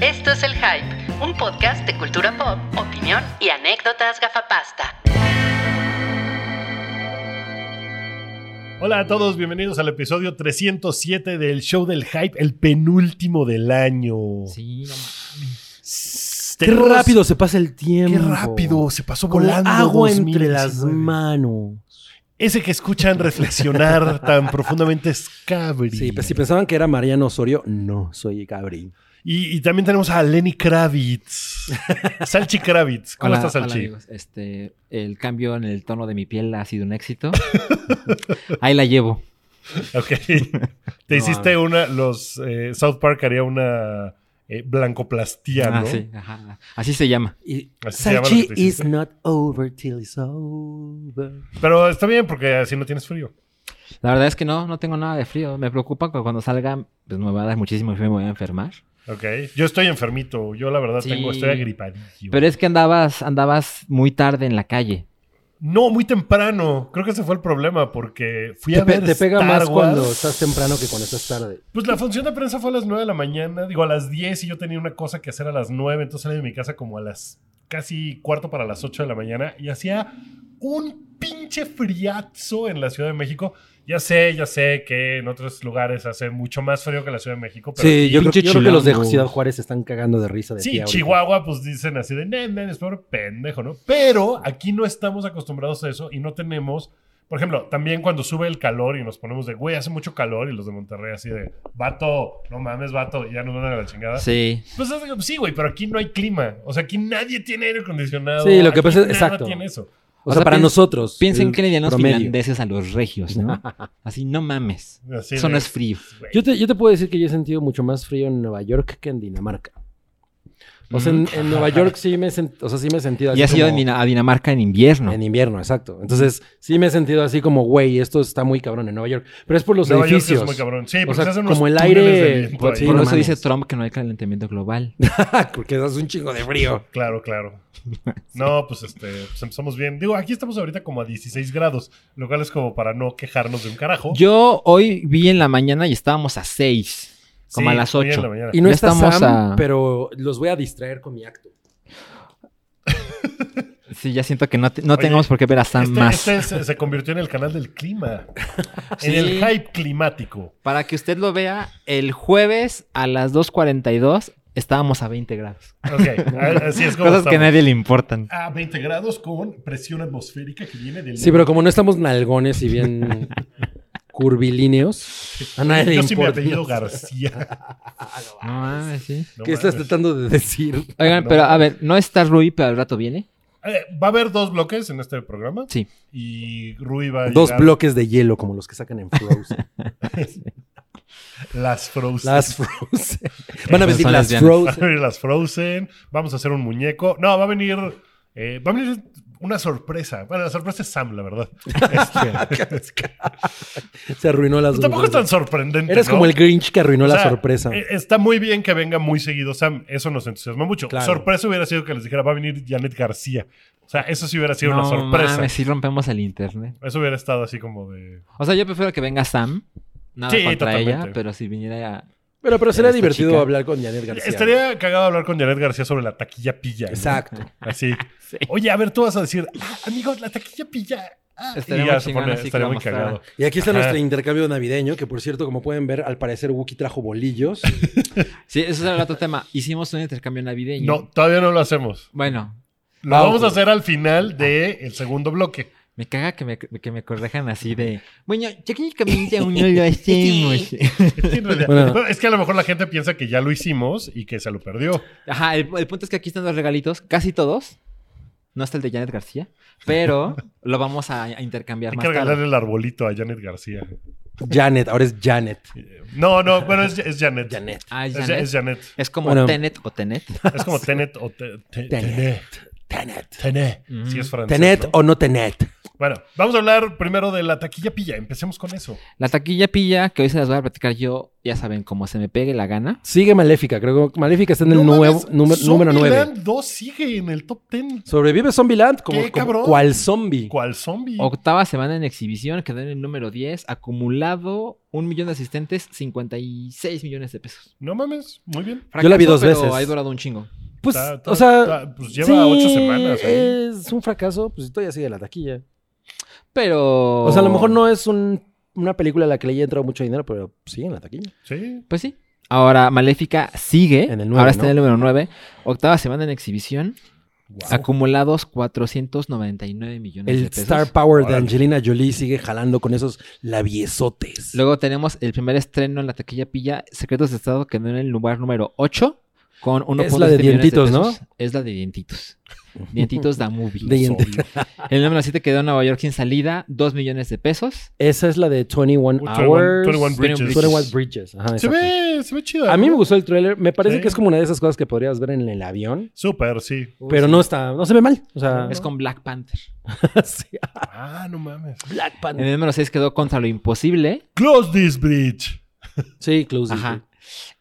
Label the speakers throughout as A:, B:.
A: Esto es El Hype, un podcast de cultura pop, opinión y anécdotas gafapasta.
B: Hola a todos, bienvenidos al episodio 307 del show del hype, el penúltimo del año.
C: Sí, no mames.
B: S-
D: Qué
B: tenemos-
D: rápido se pasa el
B: qué
D: tiempo.
B: rápido, se pasó
D: Como
B: volando.
D: agua entre
B: 2019.
D: las manos.
B: Ese que escuchan reflexionar tan profundamente es Cabri.
D: Sí, pues si pensaban que era Mariano Osorio, no, soy Gabriel.
B: y, y también tenemos a Lenny Kravitz. Salchi Kravitz. ¿Cómo
C: Hola,
B: estás,
C: hola,
B: Salchi?
C: amigos. Este, el cambio en el tono de mi piel ha sido un éxito. Ahí la llevo.
B: Ok. Te
D: No,
B: hiciste una. Los eh, South Park haría una eh, blancoplastía,
C: Ah,
B: ¿no?
C: sí, ajá. Así se llama.
D: Y
B: Así se llama lo
D: Salchi
B: que te
D: is
B: hiciste.
D: not over till it's over.
B: Pero está bien porque así no tienes frío.
C: La verdad es que no, no tengo nada de frío. Me preocupa que cuando salga, pues me va a dar muchísimo frío, me voy a enfermar.
B: Ok. Yo estoy enfermito. Yo, la verdad,
C: Sí.
B: tengo, estoy agripadillo.
C: Pero es que andabas, andabas muy tarde en la calle.
B: No, muy temprano. Creo que ese fue el problema porque fui
D: Te,
B: a
D: pe-
B: ver.
D: te pega
B: Star
D: más
B: Wars.
D: cuando estás temprano que cuando estás tarde.
B: Pues la función de prensa fue a las 9 de la mañana, digo a las 10 y yo tenía una cosa que hacer a las 9, entonces salí de mi casa como a las casi cuarto para las 8 de la mañana y hacía un pinche friazo en la Ciudad de México. Ya sé, ya sé que en otros lugares hace mucho más frío que la Ciudad de México, pero
D: Sí, yo, creo-
C: Pinche
D: yo creo que los de
C: chilangos.
D: Ciudad Juárez se están cagando de risa de ti
B: Sí,
D: ahorita.
B: Chihuahua, pues dicen así de nen, nen, es pobre pendejo, ¿no? Pero aquí no estamos acostumbrados a eso y no tenemos. Por ejemplo, también cuando sube el calor y nos ponemos de, güey, hace mucho calor, y los de Monterrey así de, vato, no mames, vato, y ya nos van a la chingada.
D: ¿Ah?
C: Sí.
B: Pues es- sí, güey, pero aquí no hay clima. O sea, aquí nadie tiene aire acondicionado.
D: Sí, lo que
B: Aquí
D: pasa es-
B: nada
D: exacto.
B: tiene eso.
D: O,
C: O
D: sea,
C: sea,
D: para
C: piensa-
D: nosotros.
C: Piensen
D: el
C: que le dieron los
D: promedio.
C: finlandeses a los regios, ¿no? Así, no mames.
B: Así
C: Eso
B: de,
C: no es frío.
B: güey.
D: Yo te, yo te puedo decir que yo he sentido mucho más frío en Nueva York que en Dinamarca. O sea, en, en Nueva York sí me, he sent- o sea, sí me he sentido así
C: Y has ido
D: como-
C: en Dina- a Dinamarca en invierno.
D: En invierno, exacto. Entonces, sí me he sentido así como, güey, esto está muy cabrón en Nueva York. Pero es por los
B: Nueva York sí
D: edificios.
B: es muy cabrón. Sí,
D: O
B: porque
D: sea,
B: se hacen unos
D: como el
B: túneles de
D: aire,
B: viento
D: pues,
B: ahí.
D: sí.
C: Por
D: no
C: eso dice
D: mames.
C: Trump que no hay calentamiento global.
D: Porque das un chingo de frío.
B: Claro, claro. No, pues este, pues empezamos bien. Digo, aquí estamos ahorita como a 16 grados, lo cual es como para no quejarnos de un carajo.
C: Yo hoy vi en la mañana y estábamos a 6,
B: Sí,
C: como a las
B: hoy en
C: 8.
B: la mañana.
D: Y no
C: Ya
D: está
C: estamos
D: Sam,
C: a-
D: pero los voy a distraer con mi acto.
C: Sí, ya siento que no, te- no
B: Oye,
C: tenemos por qué ver a Sam
B: Este-
C: más.
B: este se, se convirtió en el canal del clima, en
C: Sí.
B: el hype climático.
C: Para que usted lo vea, el jueves a las 2.42 estábamos a 20 grados.
B: Ok, a- así es como
C: Cosas que a
B: estamos.
C: nadie le importan.
B: A 20 grados con presión atmosférica que viene del...
D: Sí, pero como no estamos nalgones y bien curvilíneos, a nadie le
B: Yo sí me
D: importa.
B: apellido García.
C: No mames, sí.
B: No
D: ¿Qué estás
B: mames.
D: tratando de decir?
C: Oigan,
B: Ah, No.
C: pero a ver, ¿no está Rui, pero al rato viene?
B: Eh, va a haber dos bloques en este programa.
C: Sí.
B: Y Rui va a
D: Dos
B: llegar
D: bloques de hielo como los que sacan en Frozen.
B: Las Frozen.
D: Las Frozen. Van a
C: Esas
D: venir
C: son
D: las
C: lesbianas.
B: Van a
D: Frozen.
B: venir las Frozen. Vamos a hacer un muñeco. No, va a venir. eh, va a venir una sorpresa. Bueno, la sorpresa es Sam, la verdad. Este,
D: Se arruinó las
B: pues tampoco es
D: sorpresas.
B: tan sorprendente.
D: Eres
B: ¿no?
D: como el Grinch que arruinó
B: O
D: la
B: sea,
D: sorpresa.
B: eh, Está muy bien que venga muy seguido Sam. Eso nos entusiasma mucho.
D: Claro.
B: Sorpresa hubiera sido que les dijera, va a venir Janet García. O sea, eso sí hubiera sido
C: no
B: una sorpresa.
C: mames, sí rompemos el internet.
B: Eso hubiera estado así como de.
C: O sea, yo prefiero que venga Sam. Nada
B: Sí,
C: contra ella,
B: totalmente.
C: pero si viniera a...
D: Pero, pero sería
C: esta
D: divertido
C: chica.
D: hablar con Janet García.
B: Estaría cagado hablar con Janet García sobre la taquilla pilla. ¿no?
D: Exacto.
B: Así. Oye, a ver, tú vas a decir, "Ah, amigo, la taquilla pilla. Ah",
C: Estaría
B: y ya
C: muy
B: se
C: chingón
B: pone,
C: así que
B: estaría
C: la
B: muy
C: mostrara.
B: cagado.
D: Y aquí está
B: Ajá.
D: nuestro intercambio navideño, que por cierto, como pueden ver, al parecer Wookie trajo bolillos.
C: Sí, ese es el otro tema. Hicimos un intercambio navideño.
B: No, todavía no lo hacemos.
C: Bueno,
B: Lo
D: Ah,
B: vamos
D: ok.
B: a hacer al final del segundo bloque.
C: me caga que me, que me corrijan así de... Bueno, técnicamente aún no lo hacemos.
B: En realidad,
D: Bueno.
B: bueno, es que a lo mejor la gente piensa que ya lo hicimos y que se lo perdió.
C: Ajá, el, el punto es que aquí están los regalitos, casi todos. No está el de Janet García, pero lo vamos a, a intercambiar
B: Hay
C: más
B: que regalarle
C: tarde.
B: el arbolito a Janet García. Eh,
D: Janet, ahora es Janet.
B: No, no, bueno, es, es Janet.
D: Janet.
C: Ah,
B: Es,
C: es Janet.
B: es Janet.
C: Es como
D: Bueno.
C: Tenet o Tenet.
B: Es como Tenet o te- te-
D: Tenet.
B: Tenet.
D: Tenet.
B: Tenet.
C: Mm.
B: Sí, es francés.
D: Tenet
B: ¿no?
D: o no Tenet.
B: Bueno, vamos a hablar primero de la taquilla pilla. Empecemos con eso.
C: La taquilla pilla, que hoy se las voy a platicar yo, ya saben, como se me pegue la gana.
D: Sigue Maléfica, creo que Maléfica está en el
B: No
D: nuevo,
B: mames,
D: número, número 9.
B: Zombieland 2 sigue en el top 10.
D: Sobrevive Zombieland como,
B: ¿Qué,
D: como
B: cabrón?
D: cual zombie.
B: ¿Cuál zombie?
C: Octava semana en exhibición, quedó en el número 10, acumulado un millón de asistentes, 56 millones de pesos.
B: No mames, muy bien.
D: Yo la vi dos
C: pero
D: veces.
C: Ha durado un chingo.
D: Pues,
B: Está- está-
D: o sea,
B: está- pues lleva
D: sí,
B: ocho semanas. ahí.
D: Es un fracaso, pues todavía sigue la taquilla.
C: Pero.
D: O sea, a
B: Oh.
D: lo mejor no es un- una película a la que le haya entrado mucho dinero, pero sigue en la taquilla.
B: Sí.
C: Pues sí. Ahora, Maléfica sigue.
D: En el nueve,
C: ahora está
D: ¿no?
C: en el número 9. Octava semana en exhibición.
B: Guau.
C: Acumulados 499 millones
D: El
C: de pesos.
D: star power de
B: Órale.
D: Angelina Jolie sigue jalando con esos labiosotes.
C: Luego tenemos el primer estreno en la taquilla pilla, Secretos de Estado, que quedó en el lugar número 8 con 1.7
D: Es la de
C: millones
D: dientitos, ¿no?
C: pesos. Es la de dientitos. Dientitos da movie.
D: De dient-
B: Zombie.
C: El número 7 quedó en Nueva York sin salida, 2 millones de pesos.
D: Esa es la de 21
B: 21
D: Hours.
B: 21 Bridges.
D: 21 Bridges. Ajá,
B: Se
D: exacto.
B: ve, se ve chida.
D: A mí me
B: ¿no?
D: gustó el trailer. Me parece
B: Sí.
D: que es como una de esas cosas que podrías ver en el avión.
B: Súper, sí.
D: Pero no está, no se ve mal. O sea,
C: Es con Black Panther.
D: sí.
B: Ah, no mames.
D: Black
C: En
D: Panther.
C: el número 6 quedó Contra lo Imposible.
B: Close this bridge.
D: Sí, Close.
B: Pues
C: Ajá.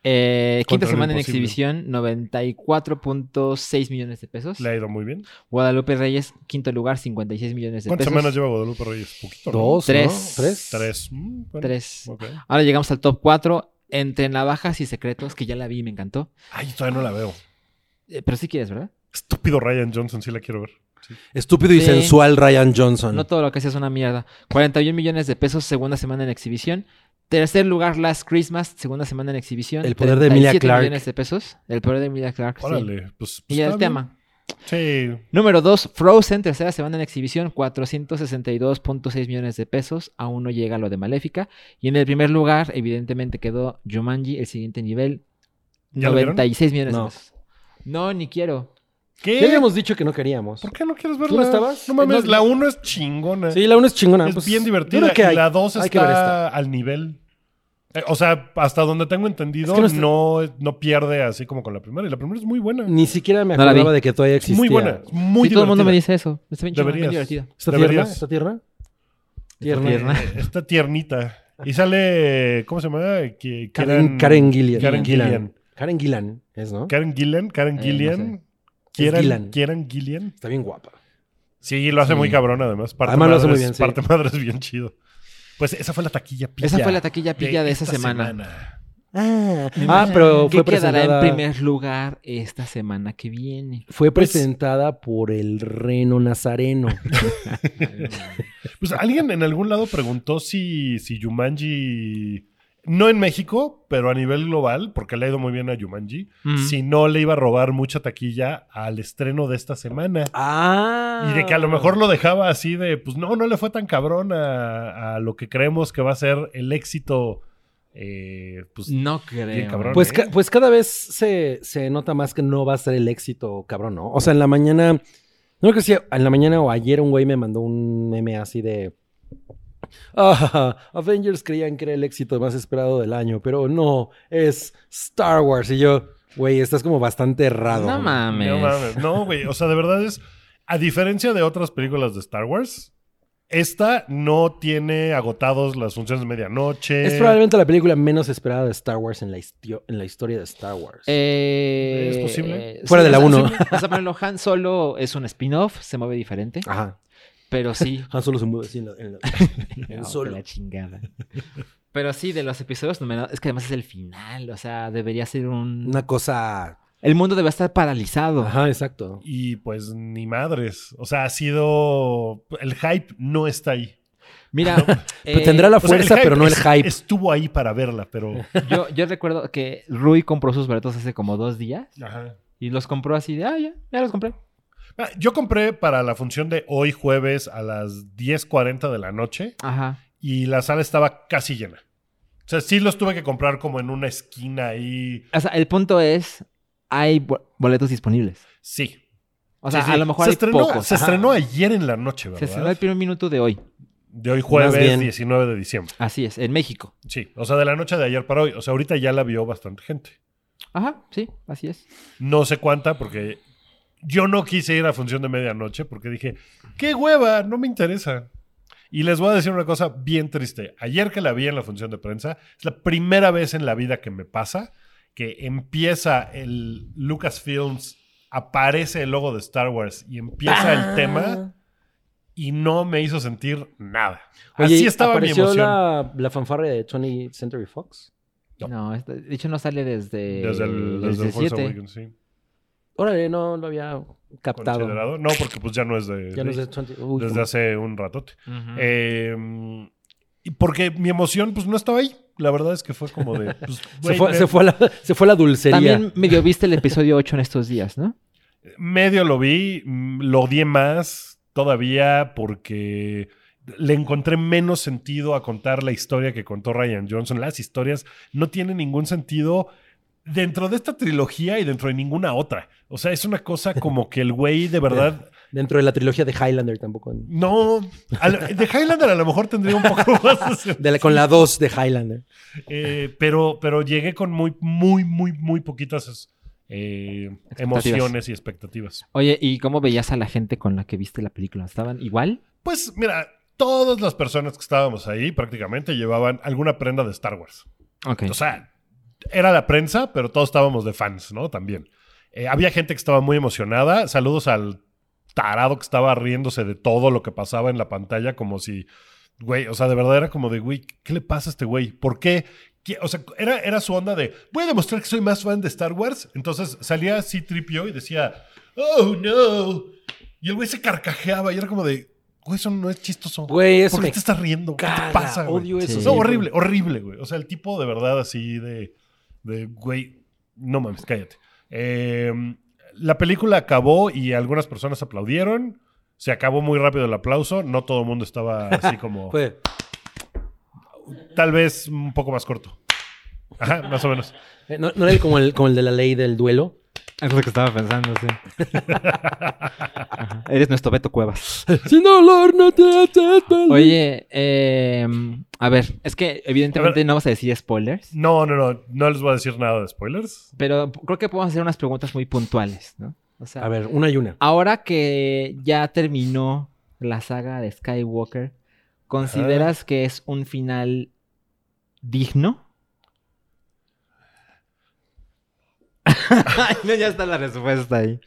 C: Eh, quinta
B: Contra lo
C: semana en
B: Imposible.
C: exhibición, 94.6 millones de pesos.
B: Le ha ido muy bien.
C: Guadalupe Reyes, quinto lugar, 56 millones de
B: ¿Cuántas
C: pesos.
B: semanas lleva Guadalupe Reyes? Poquito, ¿no?
D: Dos,
C: Tres.
D: ¿no? Tres.
B: Tres. Mm, bueno,
C: Tres.
B: ok.
C: Ahora llegamos al top 4, entre navajas y secretos, que ya la vi y me encantó.
B: Ay, todavía no la veo.
C: Eh, pero sí quieres, ¿verdad?
B: Estúpido Ryan Johnson, sí la quiero ver.
D: Estúpido y
C: Sí.
D: sensual Ryan Johnson.
C: No todo lo que hace es una mierda. 41 millones de pesos, segunda semana en exhibición. Tercer lugar, Last Christmas, segunda semana en exhibición.
D: El poder de Emilia
C: 37
D: Clarke.
C: millones de pesos. El poder de Emilia Clark.
B: Órale. Pues,
C: Y el
B: está bien.
C: tema.
B: Sí.
C: Número 2, Frozen, tercera semana en exhibición, 462.6 millones de pesos, aún no llega lo de Maléfica. Y en el primer lugar, evidentemente, quedó Jumanji, el siguiente nivel,
B: ¿Ya lo vieron?
C: 96 millones
D: No.
C: de pesos. No, ni quiero.
B: ¿Qué?
D: Ya habíamos dicho que no queríamos.
B: ¿Por qué no quieres verla?
D: ¿Tú no estabas?
B: No mames,
D: No,
B: la uno es chingona.
D: Sí, la una es chingona.
B: es
D: pues,
B: bien
D: yo
B: divertida.
D: creo que hay-
B: y la 2
D: hay que ver
B: está
D: esta.
B: al nivel. Eh, o sea, hasta donde tengo entendido,
D: Es que no
B: no,
D: está-
B: no pierde así como con la primera. Y la primera es muy buena.
D: Ni siquiera me
C: No la vi.
D: acordaba de que todavía existía.
B: muy buena. es Muy
C: Sí, todo el mundo me
B: divertida.
C: dice eso. Está bien chido, bien
B: Deberías.
C: divertido.
D: ¿Está tierna?
B: Deberías.
D: ¿Está tierna?
B: Eh,
C: Tierna.
B: Está tiernita. Y sale, ¿cómo se llama? Que, que
D: Karen,
B: eran-
D: Karen Gillian.
B: Karen Gillian.
D: Karen Gillan es, ¿no?
B: Karen Gillian. Karen
C: Eh,
B: Gillian.
C: no sé.
B: Kieran-
D: Gillan.
B: Kieran Gillian.
D: Está bien guapa.
B: Sí, lo hace
C: Sí.
B: muy cabrón además. Parte
D: Además, lo hace
B: madre
D: muy
B: es-
D: bien, sí.
B: Parte madre es bien chido. Pues esa fue la taquilla pilla.
C: Esa fue la taquilla pilla de, esa
B: esta
C: semana.
D: Ah, pero
C: ¿Qué
D: fue
C: quedará
D: presentada,
C: en primer lugar esta semana que viene?
D: fue
B: Pues-
D: presentada por el Reno Nazareno.
B: Pues alguien en algún lado preguntó si, si Jumanji, no en México, pero a nivel global, porque le ha ido muy bien a Jumanji,
C: Mm.
B: si no le iba a robar mucha taquilla al estreno de esta semana.
D: ah.
B: Y de que a lo mejor lo dejaba así de, pues no, no le fue tan cabrón a, a lo que creemos que va a ser el éxito. eh, pues
C: No creo.
B: cabrón.
D: Pues, ca- pues cada vez se, se nota más que no va a ser el éxito, cabrón, ¿no? O sea, en la mañana, no creo que sea, en la mañana o ayer un güey me mandó un meme así de... "Ah, Avengers creían que era el éxito más esperado del año, pero no, es Star Wars. Y yo, güey, estás como bastante errado.
C: No mames.
B: No mames. No, güey. O sea, de verdad es. A diferencia de otras películas de Star Wars, esta no tiene agotados las funciones de medianoche.
D: Es probablemente la película menos esperada de Star Wars en la, histio- en la historia de Star Wars.
C: Eh,
B: ¿Es posible?
C: eh,
D: Fuera de la
C: o sea,
D: uno.
C: sí, O sea, por ejemplo, Han Solo es un spin-off, se mueve diferente,
D: Ajá.
C: pero sí.
D: Han Solo se mueve así en la- en la- en
C: No,
D: Solo.
C: que la chingada. Pero sí, de los episodios numerados, es que además es el final, o sea, debería ser un...
D: Una cosa...
C: El mundo debe estar paralizado.
D: Ajá, exacto.
B: Y pues ni madres. O sea, ha sido. El hype no está ahí.
C: Mira,
D: Pero
C: eh,
D: Pues tendrá la
B: O sea, el
D: fuerza, pero no el
B: es-
D: hype.
B: Estuvo ahí para verla, pero.
C: yo, yo recuerdo que Rui compró sus boletos hace como dos días
B: Ajá.
C: y los compró así de, ah, ya, ya los compré.
B: Ah, Yo compré para la función de hoy jueves a las 10.40 de la noche
C: Ajá.
B: y la sala estaba casi llena. O sea, sí los tuve que comprar como en una esquina ahí.
C: O sea, el punto es, hay bo- boletos disponibles.
B: Sí,
C: O sea,
B: Sí, sí.
C: a lo mejor
B: se
C: hay
B: estrenó,
C: pocos.
B: Se
C: Ajá.
B: estrenó ayer en la noche,
C: Se
B: ¿verdad?
C: estrenó el primer minuto de hoy.
B: De hoy
D: Más
B: jueves
D: bien.
B: 19 de diciembre.
C: Así es, en México.
B: Sí, o sea, de la noche de ayer para hoy. O sea, ahorita ya la vio bastante gente.
C: Ajá, sí, así es.
B: No sé cuánta porque Yo no quise ir a función de medianoche porque dije, qué hueva, no me interesa. Y les voy a decir una cosa bien triste. Ayer que la vi en la función de prensa, es la primera vez en la vida que me pasa que empieza el Lucasfilms, aparece el logo de Star Wars y empieza el tema y no me hizo sentir nada.
D: Oye,
B: Así estaba mi
D: ¿apareció
B: emoción.
D: La, la fanfarria de 20th Century Fox.
B: No.
C: No, esta- de hecho no sale desde,
B: Desde el, desde el Force Awakens, sí.
D: Órale, no lo había captado.
B: Considerado. No, porque pues ya no es de...
D: Ya no es de 20. Uy,
B: desde
D: cómo-
B: hace un ratote. Eh, y porque mi emoción, pues no estaba ahí. La verdad es que fue como de. pues,
D: se,
B: güey,
D: fue,
B: me-
D: se, fue a la, se fue a la dulcería.
C: También medio viste el episodio 8 en estos días, ¿no?
B: Medio lo vi, mm, lo odié más todavía porque le encontré menos sentido a contar la historia que contó Ryan Johnson. Las historias no tienen ningún sentido dentro de esta trilogía y dentro de ninguna otra. O sea, es una cosa como que el güey de verdad
D: Dentro de la trilogía de Highlander tampoco.
B: no. a lo- de Highlander a lo mejor tendría un poco más de sentido.
D: De la- con la 2 de Highlander.
B: Eh, pero, pero llegué con muy, muy, muy, muy poquitas eh, emociones y expectativas.
C: Oye, ¿y cómo veías a la gente con la que viste la película? ¿Estaban igual?
B: Pues mira, todas las personas que estábamos ahí prácticamente llevaban alguna prenda de Star Wars.
C: Ok.
B: O sea, era la prensa, pero todos estábamos de fans, ¿no? También. Eh, había gente que estaba muy emocionada. Saludos al tarado que estaba riéndose de todo lo que pasaba en la pantalla, como si, güey, o sea, de verdad era como de, güey, ¿qué le pasa a este güey? ¿Por qué? ¿Qué- O sea, era, era su onda de, voy a demostrar que soy más fan de Star Wars. Entonces salía así tripio y decía, oh no. Y el güey se carcajeaba y era como de, güey, eso no es chistoso.
D: Güey, eso
B: ¿Por qué
D: me
B: te estás riendo? ¿Qué
D: caga,
B: te pasa? güey?
D: Odio eso.
C: Sí.
B: No, horrible, horrible, güey. O sea, el tipo de verdad así de, de güey, no mames, cállate. Eh, la película acabó y algunas personas aplaudieron. Se acabó muy rápido el aplauso. No todo el mundo estaba así como...
D: Fue-
B: Tal vez un poco más corto. Ajá, más o menos.
D: eh, no, no era el- como el, como el de la ley del duelo.
C: Es lo que estaba pensando, sí. Eres nuestro Beto Cuevas.
D: Sin dolor no te haces feliz.
C: Oye, eh, a ver, es que evidentemente
B: A ver.
C: no vamos a decir spoilers,
B: No, no, no. No les voy a decir nada de spoilers.
C: pero creo que podemos hacer unas preguntas muy puntuales, ¿no? O sea,
D: A ver, una y una.
C: ahora que ya terminó la saga de Skywalker, ¿consideras que es un final digno? Ay, no, ya está la respuesta ahí.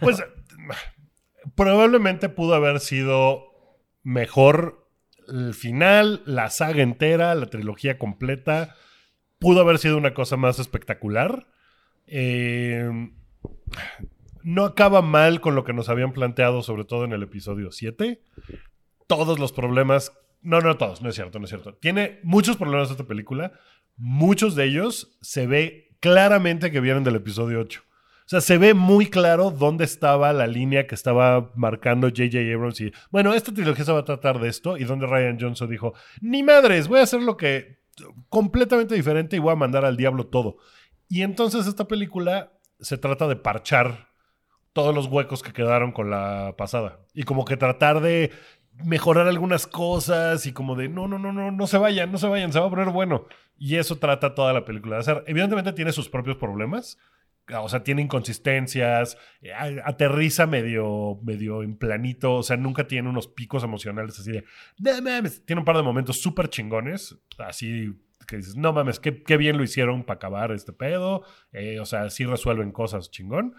B: Pues probablemente pudo haber sido mejor el final, la saga entera, la trilogía completa. Pudo haber sido una cosa más espectacular. Eh, no acaba mal con lo que nos habían planteado, sobre todo en el episodio 7. Todos los problemas. No, no todos, no es cierto, no es cierto. Tiene muchos problemas esta película. Muchos de ellos se ve claramente que vienen del episodio 8. O sea, se ve muy claro dónde estaba la línea que estaba marcando J.J. Abrams y, bueno, esta trilogía se va a tratar de esto y donde Ryan Johnson dijo, ni madres, voy a hacer lo que completamente diferente y voy a mandar al diablo todo. Y entonces esta película se trata de parchar todos los huecos que quedaron con la pasada y como que tratar de mejorar algunas cosas y como de, no, no, no, no, no se vayan, no se vayan, se va a poner bueno. Y eso trata toda la película de hacer. Evidentemente tiene sus propios problemas. O sea, tiene inconsistencias, eh, a- aterriza medio, medio en planito, o sea, nunca tiene unos picos emocionales así de, no mames, tiene un par de momentos súper chingones, así que dices, no mames, qué, qué bien lo hicieron para acabar este pedo, eh, o sea, sí resuelven cosas chingón,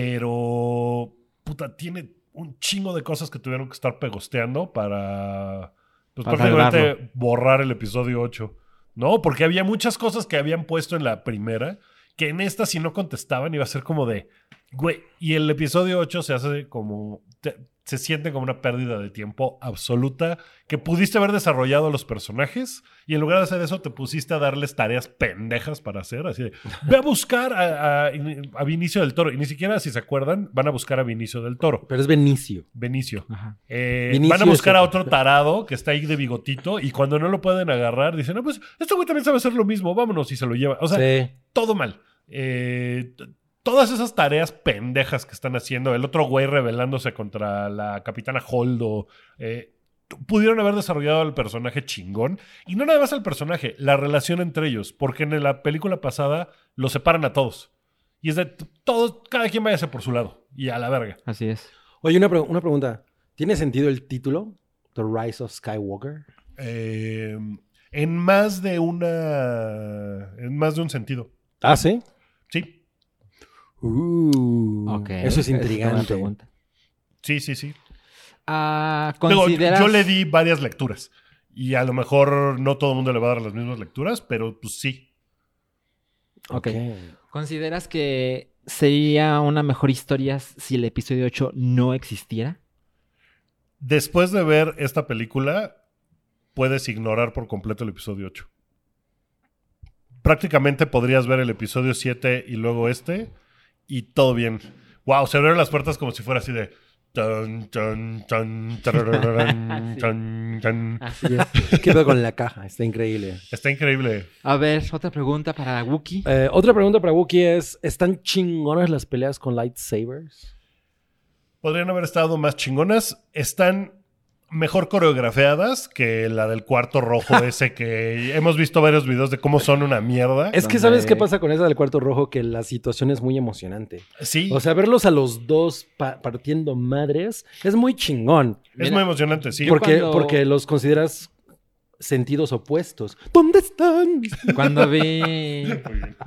B: pero, puta, tiene un chingo de cosas que tuvieron que estar pegosteando para, pues
C: Para
B: prácticamente
C: salvarlo.
B: borrar el episodio 8, ¿no? Porque había muchas cosas que habían puesto en la primera que en esta si no contestaban iba a ser como de, güey, y el episodio 8 se hace como, te- se siente como una pérdida de tiempo absoluta, que pudiste haber desarrollado a los personajes y en lugar de hacer eso te pusiste a darles tareas pendejas para hacer, así de, ve a buscar a, a- a Vinicio del Toro, y ni siquiera si se acuerdan, van a buscar a Vinicio del Toro,
D: Pero es Benicio.
B: Benicio.
C: Ajá.
B: Eh,
D: Vinicio
B: van a buscar
D: es
B: a
D: el-
B: otro tarado que está ahí de bigotito y cuando no lo pueden agarrar dicen, no, pues este güey también sabe hacer lo mismo, vámonos y se lo lleva. O sea,
D: sí.
B: todo mal. Eh, t- todas esas tareas pendejas que están haciendo, el otro güey rebelándose contra la capitana Holdo, eh, t- pudieron haber desarrollado al personaje chingón. Y no nada más al personaje, la relación entre ellos, porque en la película pasada los separan a todos. Y es de t- todos, cada quien váyase por su lado. Y a la verga.
C: Así es.
D: Oye, una, pregu- una pregunta. ¿Tiene sentido el título? The Rise of Skywalker.
B: Eh, en más de una. En más de un sentido.
D: Ah, sí.
B: Sí,
D: Uh,
C: Ok.
D: Eso es
C: Esa una
D: intrigante.
C: pregunta.
B: sí, sí, sí.
C: Ah,
B: Digo,
C: ¿consideras...
B: yo le di varias lecturas. Y a lo mejor no todo el mundo le va a dar las mismas lecturas, pero pues sí.
C: Ok.
D: Ok.
C: ¿Consideras que sería una mejor historia si el episodio 8 no existiera?
B: Después de ver esta película, puedes ignorar por completo el episodio 8. Prácticamente podrías ver el episodio 7 y luego este, y todo bien. Wow, se abrieron las puertas como si fuera así de. tan, tan, tan, tarararán,
C: Sí. Ah.
B: tan, tan.
C: Así es.
D: ¿Qué pedo con la caja? Está increíble.
B: Está increíble.
C: A ver, otra pregunta para Wookie.
D: Eh, otra pregunta para Wookie es: ¿están chingonas las peleas con lightsabers?
B: podrían haber estado más chingonas. Están mejor coreografiadas que la del cuarto rojo ese que hemos visto varios videos de cómo son una mierda.
D: Es que,
C: Donde-
D: ¿sabes qué pasa con esa del cuarto rojo? Que la situación es muy emocionante.
B: sí,
D: O sea, verlos a los dos pa- partiendo madres es muy chingón.
B: es
C: mira,
B: muy emocionante, sí.
C: Yo
D: Porque,
C: cuando-
D: porque los consideras sentidos opuestos. ¿Dónde están?
C: Cuando vi.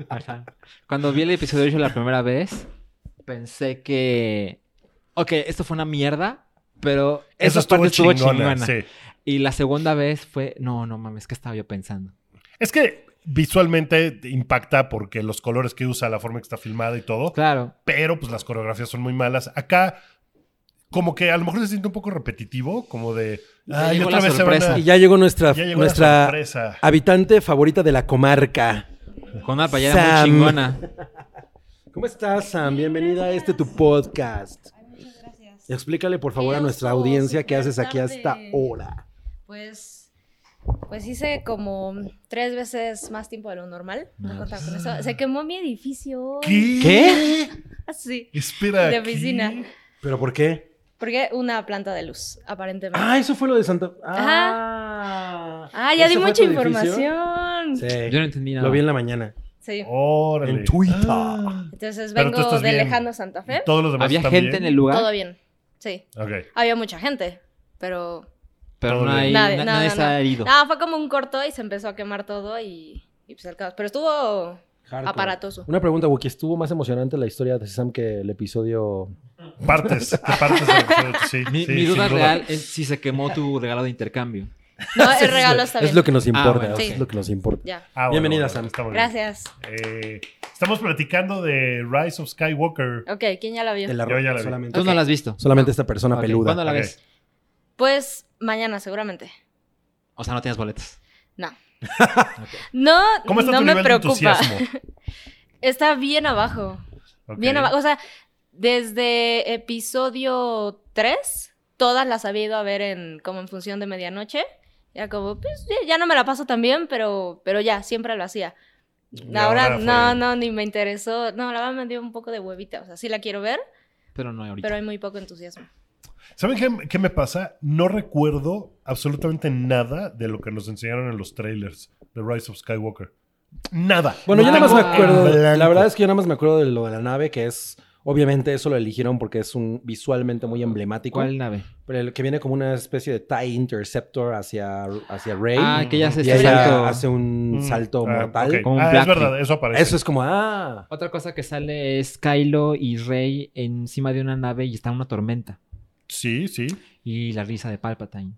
C: Ajá. Cuando vi el episodio 8 la primera vez, pensé que. Ok, esto fue una mierda, pero
B: Eso
C: esa
B: estuvo
C: parte estuvo
B: chingona,
C: chingona.
B: sí.
C: Y la segunda vez fue. No, no mames, ¿qué estaba yo pensando?
B: Es que visualmente te impacta porque los colores que usa, la forma en que está filmada y todo,
C: Claro.
B: pero pues las coreografías son muy malas. Acá como que a lo mejor se siente un poco repetitivo, como de...
C: Ya
B: Ay,
C: llegó
B: otra
C: la
B: vez se van a-
C: sorpresa.
D: Y ya llegó nuestra,
B: ya llegó la
D: nuestra
B: sorpresa.
D: habitante favorita de la comarca.
C: Con una playera
D: Sam.
C: muy chingona.
D: ¿Cómo estás, Sam? Bienvenida a este tu podcast.
E: Ay, muchas gracias.
D: Explícale, por favor, a
E: Qué
D: nuestra
E: oso,
D: audiencia qué
E: súper
D: haces aquí a esta
E: tarde.
D: hora.
E: Pues, pues hice como tres veces más tiempo de lo normal. No
C: Madres.
E: contaba con eso. Se quemó mi edificio. hoy. Ah,
B: ¿Qué?
D: ¿Qué?
E: Así.
B: Espera.
E: De
B: ¿qué?
E: oficina.
D: ¿Pero por qué?
E: Porque una planta de luz, aparentemente.
D: Ah, eso fue lo de Santo. Ah,
E: Ajá. Ah, ya di
D: ¿Ese fue
E: mucha
D: tu edificio?
E: información. Sí.
D: Sí.
C: Yo no entendí nada.
D: Lo vi en la mañana.
B: Órale.
D: En Twitter.
B: Ah.
E: Entonces
B: Oh. Pero tú
E: vengo
B: estás
E: de
B: bien.
E: lejano Santa Fe.
B: Todos los demás
C: Había
B: están
C: gente
B: bien?
C: en el lugar,
E: Todo bien. Sí.
B: Ok.
E: Había mucha gente, pero
C: pero
B: Todo
C: no
B: bien.
C: hay,
E: Nadie,
C: na-
E: no,
C: nadie
E: no,
C: está
E: no.
C: herido.
E: Ah, fue como un corto y se empezó a quemar todo y, y pues el caos. Pero estuvo
D: Hardcore.
E: aparatoso.
D: Una pregunta, Wookie. ¿Estuvo más emocionante la historia de Sam que el episodio?
B: Partes, que partes del episodio, sí,
C: Mi,
B: sí,
C: mi duda
B: sin duda.
C: real es si se quemó tu regalo de intercambio.
E: No, Ah, el regalo está bien.
D: Es lo que nos importa.
C: bueno,
D: es
E: sí.
D: lo que nos importa.
E: Ya.
B: Ah, bueno,
D: Bienvenida,
B: bueno,
D: Sam.
B: está muy bien.
E: Gracias.
B: Eh, estamos platicando de Rise of Skywalker.
E: Ok, ¿quién ya la vio?
D: El
B: Yo ya la vi.
D: solamente,
C: Tú no la has visto.
D: solamente esta persona
C: Ok,
D: peluda.
C: ¿Cuándo la
B: Ok.
C: ves?
E: Pues mañana, seguramente.
C: O sea, no tienes boletos.
E: No. No,
B: ¿Cómo está
E: no
B: tu
E: me
B: nivel de
E: preocupa.
B: entusiasmo?
E: Está bien abajo.
B: Ok.
E: Bien abajo. O sea, desde episodio 3, todas las había ido a ver en como en función de medianoche. Ya como, pues ya, ya no me la paso tan bien, pero, pero ya, siempre lo hacía.
B: Y
E: Ahora,
B: ahora fue-
E: no, no, ni me interesó. No, la verdad me dio un poco de huevita. O sea, sí la quiero ver,
C: Pero no hay ahorita.
E: pero hay muy poco entusiasmo.
B: ¿Saben qué, qué me pasa? No recuerdo absolutamente nada de lo que nos enseñaron en los trailers de Rise of Skywalker. Nada.
D: Bueno, yo nada más me
C: Blanco en
D: acuerdo. La
B: blanco.
D: verdad es que yo nada más me acuerdo de lo de la nave, que es. Obviamente eso lo eligieron porque es un visualmente muy emblemático.
C: ¿Cuál nave?
D: Pero el que viene como una especie de TIE Interceptor hacia, hacia Rey.
C: Ah, que ya se
D: y
C: está
D: ella
C: salto.
D: hace un
B: Mm,
D: salto
B: ah,
D: mortal.
B: ok.
C: como un
B: Ah, es
C: Black
B: verdad, eso aparece.
D: Eso es como, ah.
C: Otra cosa que sale es Kylo y Rey encima de una nave y está una tormenta.
B: Sí, sí.
C: Y la risa de Palpatine.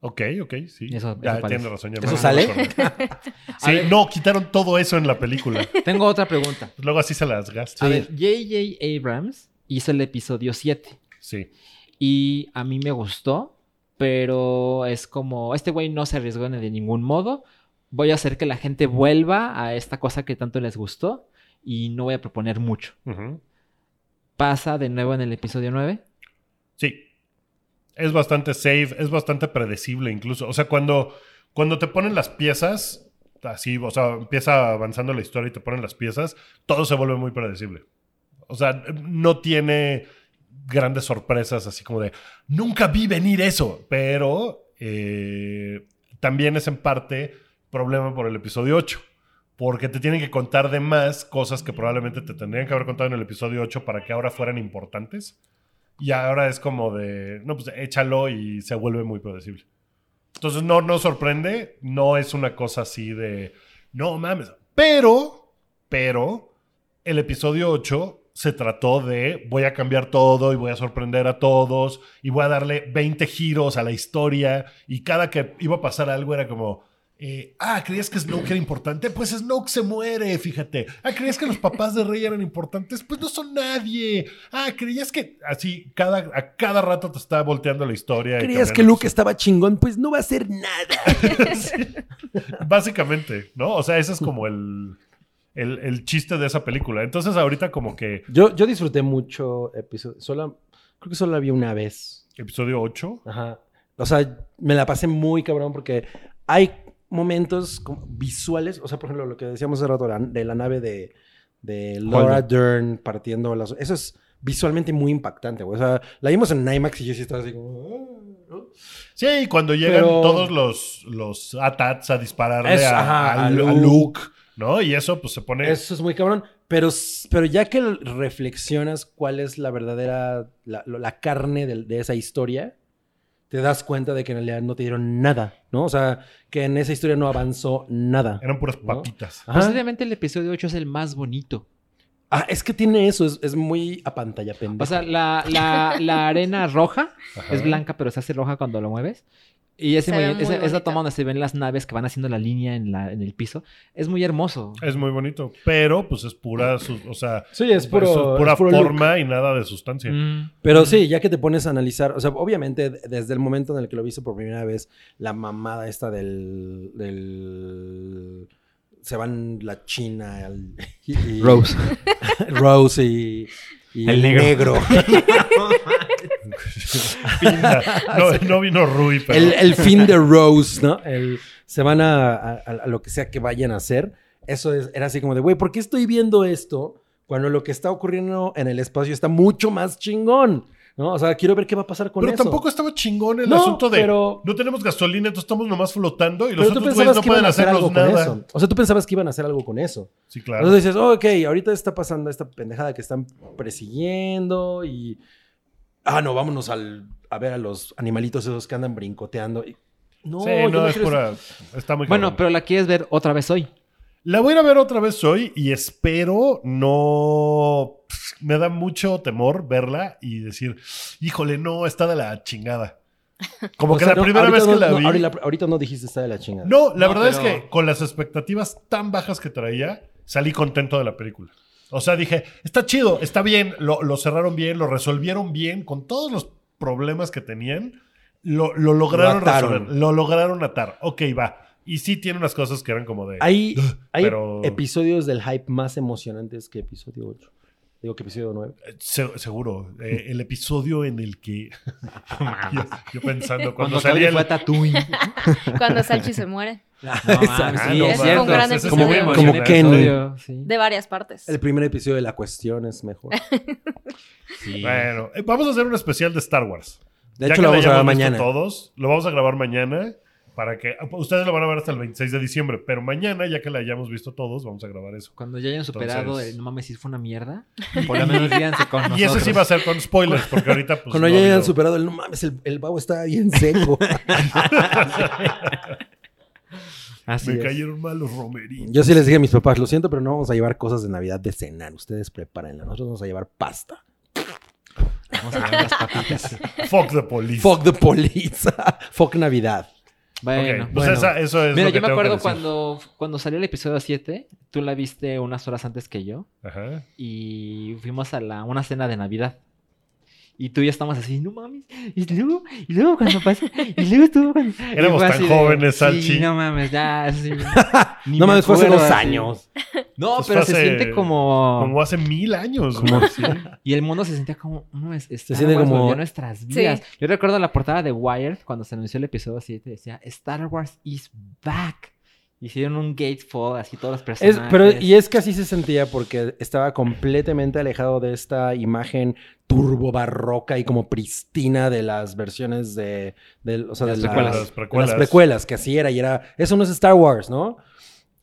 B: Ok, ok, sí.
C: Eso- eso
B: ya,
C: aparece.
B: tiene razón. ya me
D: ¿Eso
B: acuerdo.
C: A
B: Sí,
C: ver.
B: no, quitaron todo eso en la película.
C: Tengo otra pregunta.
B: Luego así se las gasta.
C: A
D: Sí.
C: ver, J.J. Abrams hizo el episodio 7
B: Sí.
C: y a mí me gustó, pero es como, este güey no se arriesgó de ningún modo, voy a hacer que la gente vuelva a esta cosa que tanto les gustó y no voy a proponer mucho.
B: Ujú.
C: Pasa de nuevo en el episodio 9.
B: Sí. Es bastante safe, es bastante predecible incluso. O sea, cuando, cuando te ponen las piezas, así, o sea, empieza avanzando la historia y te ponen las piezas, todo se vuelve muy predecible. O sea, no tiene grandes sorpresas así como de, nunca vi venir eso, pero eh, también es en parte problema por el episodio 8. Porque te tienen que contar de más cosas que probablemente te tendrían que haber contado en el episodio 8 para que ahora fueran importantes. Y ahora es como de, no, pues échalo y se vuelve muy predecible. Entonces no, no sorprende, no es una cosa así de, no mames. Pero, pero, el episodio 8 se trató de voy a cambiar todo y voy a sorprender a todos y voy a darle 20 giros a la historia y cada que iba a pasar algo era como, eh, ah, ¿creías que Snoke era importante? Pues Snoke se muere, fíjate. Ah, ¿creías que los papás de Rey eran importantes? Pues no son nadie. Ah, ¿creías que así cada, a cada rato te está volteando la historia? y
D: ¿Creías
B: cambiando
D: que Luke
B: cosas?
D: estaba chingón? Pues no va a ser nada.
B: Básicamente, ¿no? O sea, ese es como el, el, el chiste de esa película. Entonces ahorita como que
D: Yo, yo disfruté mucho episodio. Solo, creo que solo la vi una vez.
B: episodio 8,
D: Ajá. O sea, me la pasé muy cabrón porque hay momentos como visuales. O sea, por ejemplo, lo que decíamos hace rato la- de la nave de, de Laura
C: Holden.
D: Dern partiendo las. Eso es visualmente muy impactante, güey. O sea, la vimos en IMAX y yo sí estaba así como. "Ah".
B: Sí, cuando llegan
D: Pero-
B: todos los, los ATATs a dispararle
D: Es-
B: a,
D: ajá,
B: a-
D: a
B: a Luke.
D: Luke.
B: ¿no? Y eso pues se pone...
D: Eso es muy cabrón. Pero, s- pero ya que l- reflexionas cuál es la verdadera, la, lo- la carne del- de, esa historia, te das cuenta de que en realidad no te dieron nada, ¿no? O sea, que en esa historia no avanzó nada.
B: Eran puras
D: ¿No?
B: papitas.
D: Ajá.
C: Posiblemente el episodio 8 es el más bonito.
D: Ah, es que tiene eso, es, es muy a pantalla
C: O sea, la, la- la arena roja es blanca, pero se hace roja cuando lo mueves. Y ese
E: Se ve
C: movi-
E: muy
C: esa- esa
E: bonita.
C: toma donde se ven las naves que van haciendo la línea en, la, en el piso es muy hermoso.
B: Es muy bonito, pero pues es pura, sus- o sea,
D: sí, es puro,
B: eso es pura
D: es puro look.
B: forma y nada de sustancia.
C: Mm.
D: Pero sí, ya que te pones a analizar, o sea, obviamente de- desde el momento en el que lo viste por primera vez, la mamada esta del... del- se van la China al- y- y-
C: Rose.
D: Rose y, y
C: El negro.
B: no, no vino Rui, pero
D: el, el fin de Rose, ¿no? El- se van a, a- a lo que sea que vayan a hacer. Eso es- era así como de, güey, ¿por qué estoy viendo esto cuando lo que está ocurriendo en el espacio está mucho más chingón? ¿No? O sea, quiero ver qué va a pasar con
B: pero
D: eso.
B: tampoco estaba chingón el
D: No,
B: asunto de
D: pero-
B: no tenemos gasolina, entonces estamos nomás flotando y los
D: Pero tú
B: otros güeyes
D: pensabas
B: no
D: que iban
B: pueden
D: a hacer algo
B: hacernos
D: con
B: nada.
D: eso. O sea, tú pensabas que iban a hacer algo con eso.
B: Sí, claro.
D: Entonces dices, "Oh, ok, ahorita está pasando esta pendejada que están persiguiendo y... Ah, no, vámonos al, a ver a los animalitos esos que andan brincoteando. Y- No,
B: sí,
D: yo
B: no, es
D: quiero-
B: pura, está muy
C: Bueno,
B: cabrón.
C: pero la quieres ver otra vez hoy.
B: La voy a ir a ver otra vez hoy y espero no... Me da mucho temor verla y decir, híjole, no, está de la chingada. Como
D: O
B: que
D: sea,
B: la
D: no,
B: primera
D: ahorita
B: vez que
D: no-
B: la
D: no,
B: vi...
D: ahorita, ahorita no dijiste está de la chingada.
B: No, la
C: No,
B: verdad es
C: pero-
B: que con las expectativas tan bajas que traía, salí contento de la película. O sea, dije, está chido, está bien, lo, lo cerraron bien, lo resolvieron bien, con todos los problemas que tenían, lo, lo lograron
D: Lo ataron.
B: resolver, lo lograron atar. Ok, va. Y sí tiene unas cosas que eran como de...
D: Hay, hay
B: Pero-
D: episodios del hype más emocionantes que episodio 8. Digo que episodio 9.
B: Se- seguro. Eh, el episodio en el que. yo, yo pensando, cuando,
C: Cuando
B: salía
C: Claudio
B: el.
C: fue a Tatooine.
E: Cuando Salchi se muere.
C: No, mames,
B: Ah,
C: sí,
B: no
C: es
B: mames,
C: cierto.
E: un gran
B: ese
E: episodio.
B: muy
D: Como
B: emocionante.
D: Ken.
C: Episodio, sí.
E: De varias partes.
D: El primer episodio de La Cuestión es mejor.
C: Sí.
B: Bueno, eh, vamos a hacer un especial de Star Wars.
D: De
B: Ya
D: hecho,
B: que
D: lo vamos a ver
B: hayamos visto
D: mañana.
B: Todos, lo vamos a grabar mañana para que. Ustedes lo van a ver hasta el 26 de diciembre, pero mañana, ya que la hayamos visto todos, vamos a grabar eso.
C: Cuando ya hayan superado,
B: Entonces-
C: el, no mames, si fue una mierda. Por lo menos díganse con nosotros.
B: Y eso sí va a ser con spoilers, porque ahorita. Pues, no
D: Cuando ya
B: ha
D: hayan
B: habido-
D: superado el no mames, el, el babo está bien seco.
C: Así
B: Me
C: es.
B: cayeron mal los romeritos.
D: Yo sí les dije a mis papás, lo siento, pero no vamos a llevar cosas de Navidad de cenar. Ustedes prepárenla. Nosotros vamos a llevar pasta.
C: Vamos a ver las papitas.
B: Fuck the police.
D: Fuck the police. Fuck Navidad.
B: Ok,
C: Bueno.
B: pues
C: bueno.
B: esa- eso es.
C: Mira,
B: lo que
C: yo
B: tengo
C: me
B: que
C: acuerdo
B: decir.
C: cuando, cuando salió el episodio 7, tú la viste unas horas antes que yo
B: Ajá.
C: y fuimos a la, una cena de Navidad. Y tú y yo estamos así, no mames, y luego, y luego cuando pasa, y luego estuvo cuando... y
B: Éramos
C: fue
B: tan
C: así de,
B: jóvenes,
C: Sí,
B: Salchi".
C: no mames, ya, sí. Ni
D: no
C: me
D: mames, fue hace
C: acuerdo,
D: dos
C: así.
D: años.
C: No,
B: Pues
C: pero
B: fue
C: se
B: hace-
C: siente como...
B: Como hace mil años.
D: Como-
B: güey, sí.
C: Y el mundo se sentía como... No, es, Star
D: siente
C: Wars
D: como-
C: volvió a nuestras vidas.
E: Sí.
C: Yo recuerdo la portada de Wired cuando se anunció el episodio 7. Decía, Star Wars is back. Hicieron un gatefold así todas las
D: Es-
C: personas.
D: pero, y es que así se sentía porque estaba completamente alejado de esta imagen turbo barroca y como pristina de las versiones de, del- o sea,
C: Las
D: de las
C: precuelas.
D: de
B: Las precuelas.
D: las precuelas, que así era y era, eso no es Star Wars, ¿no?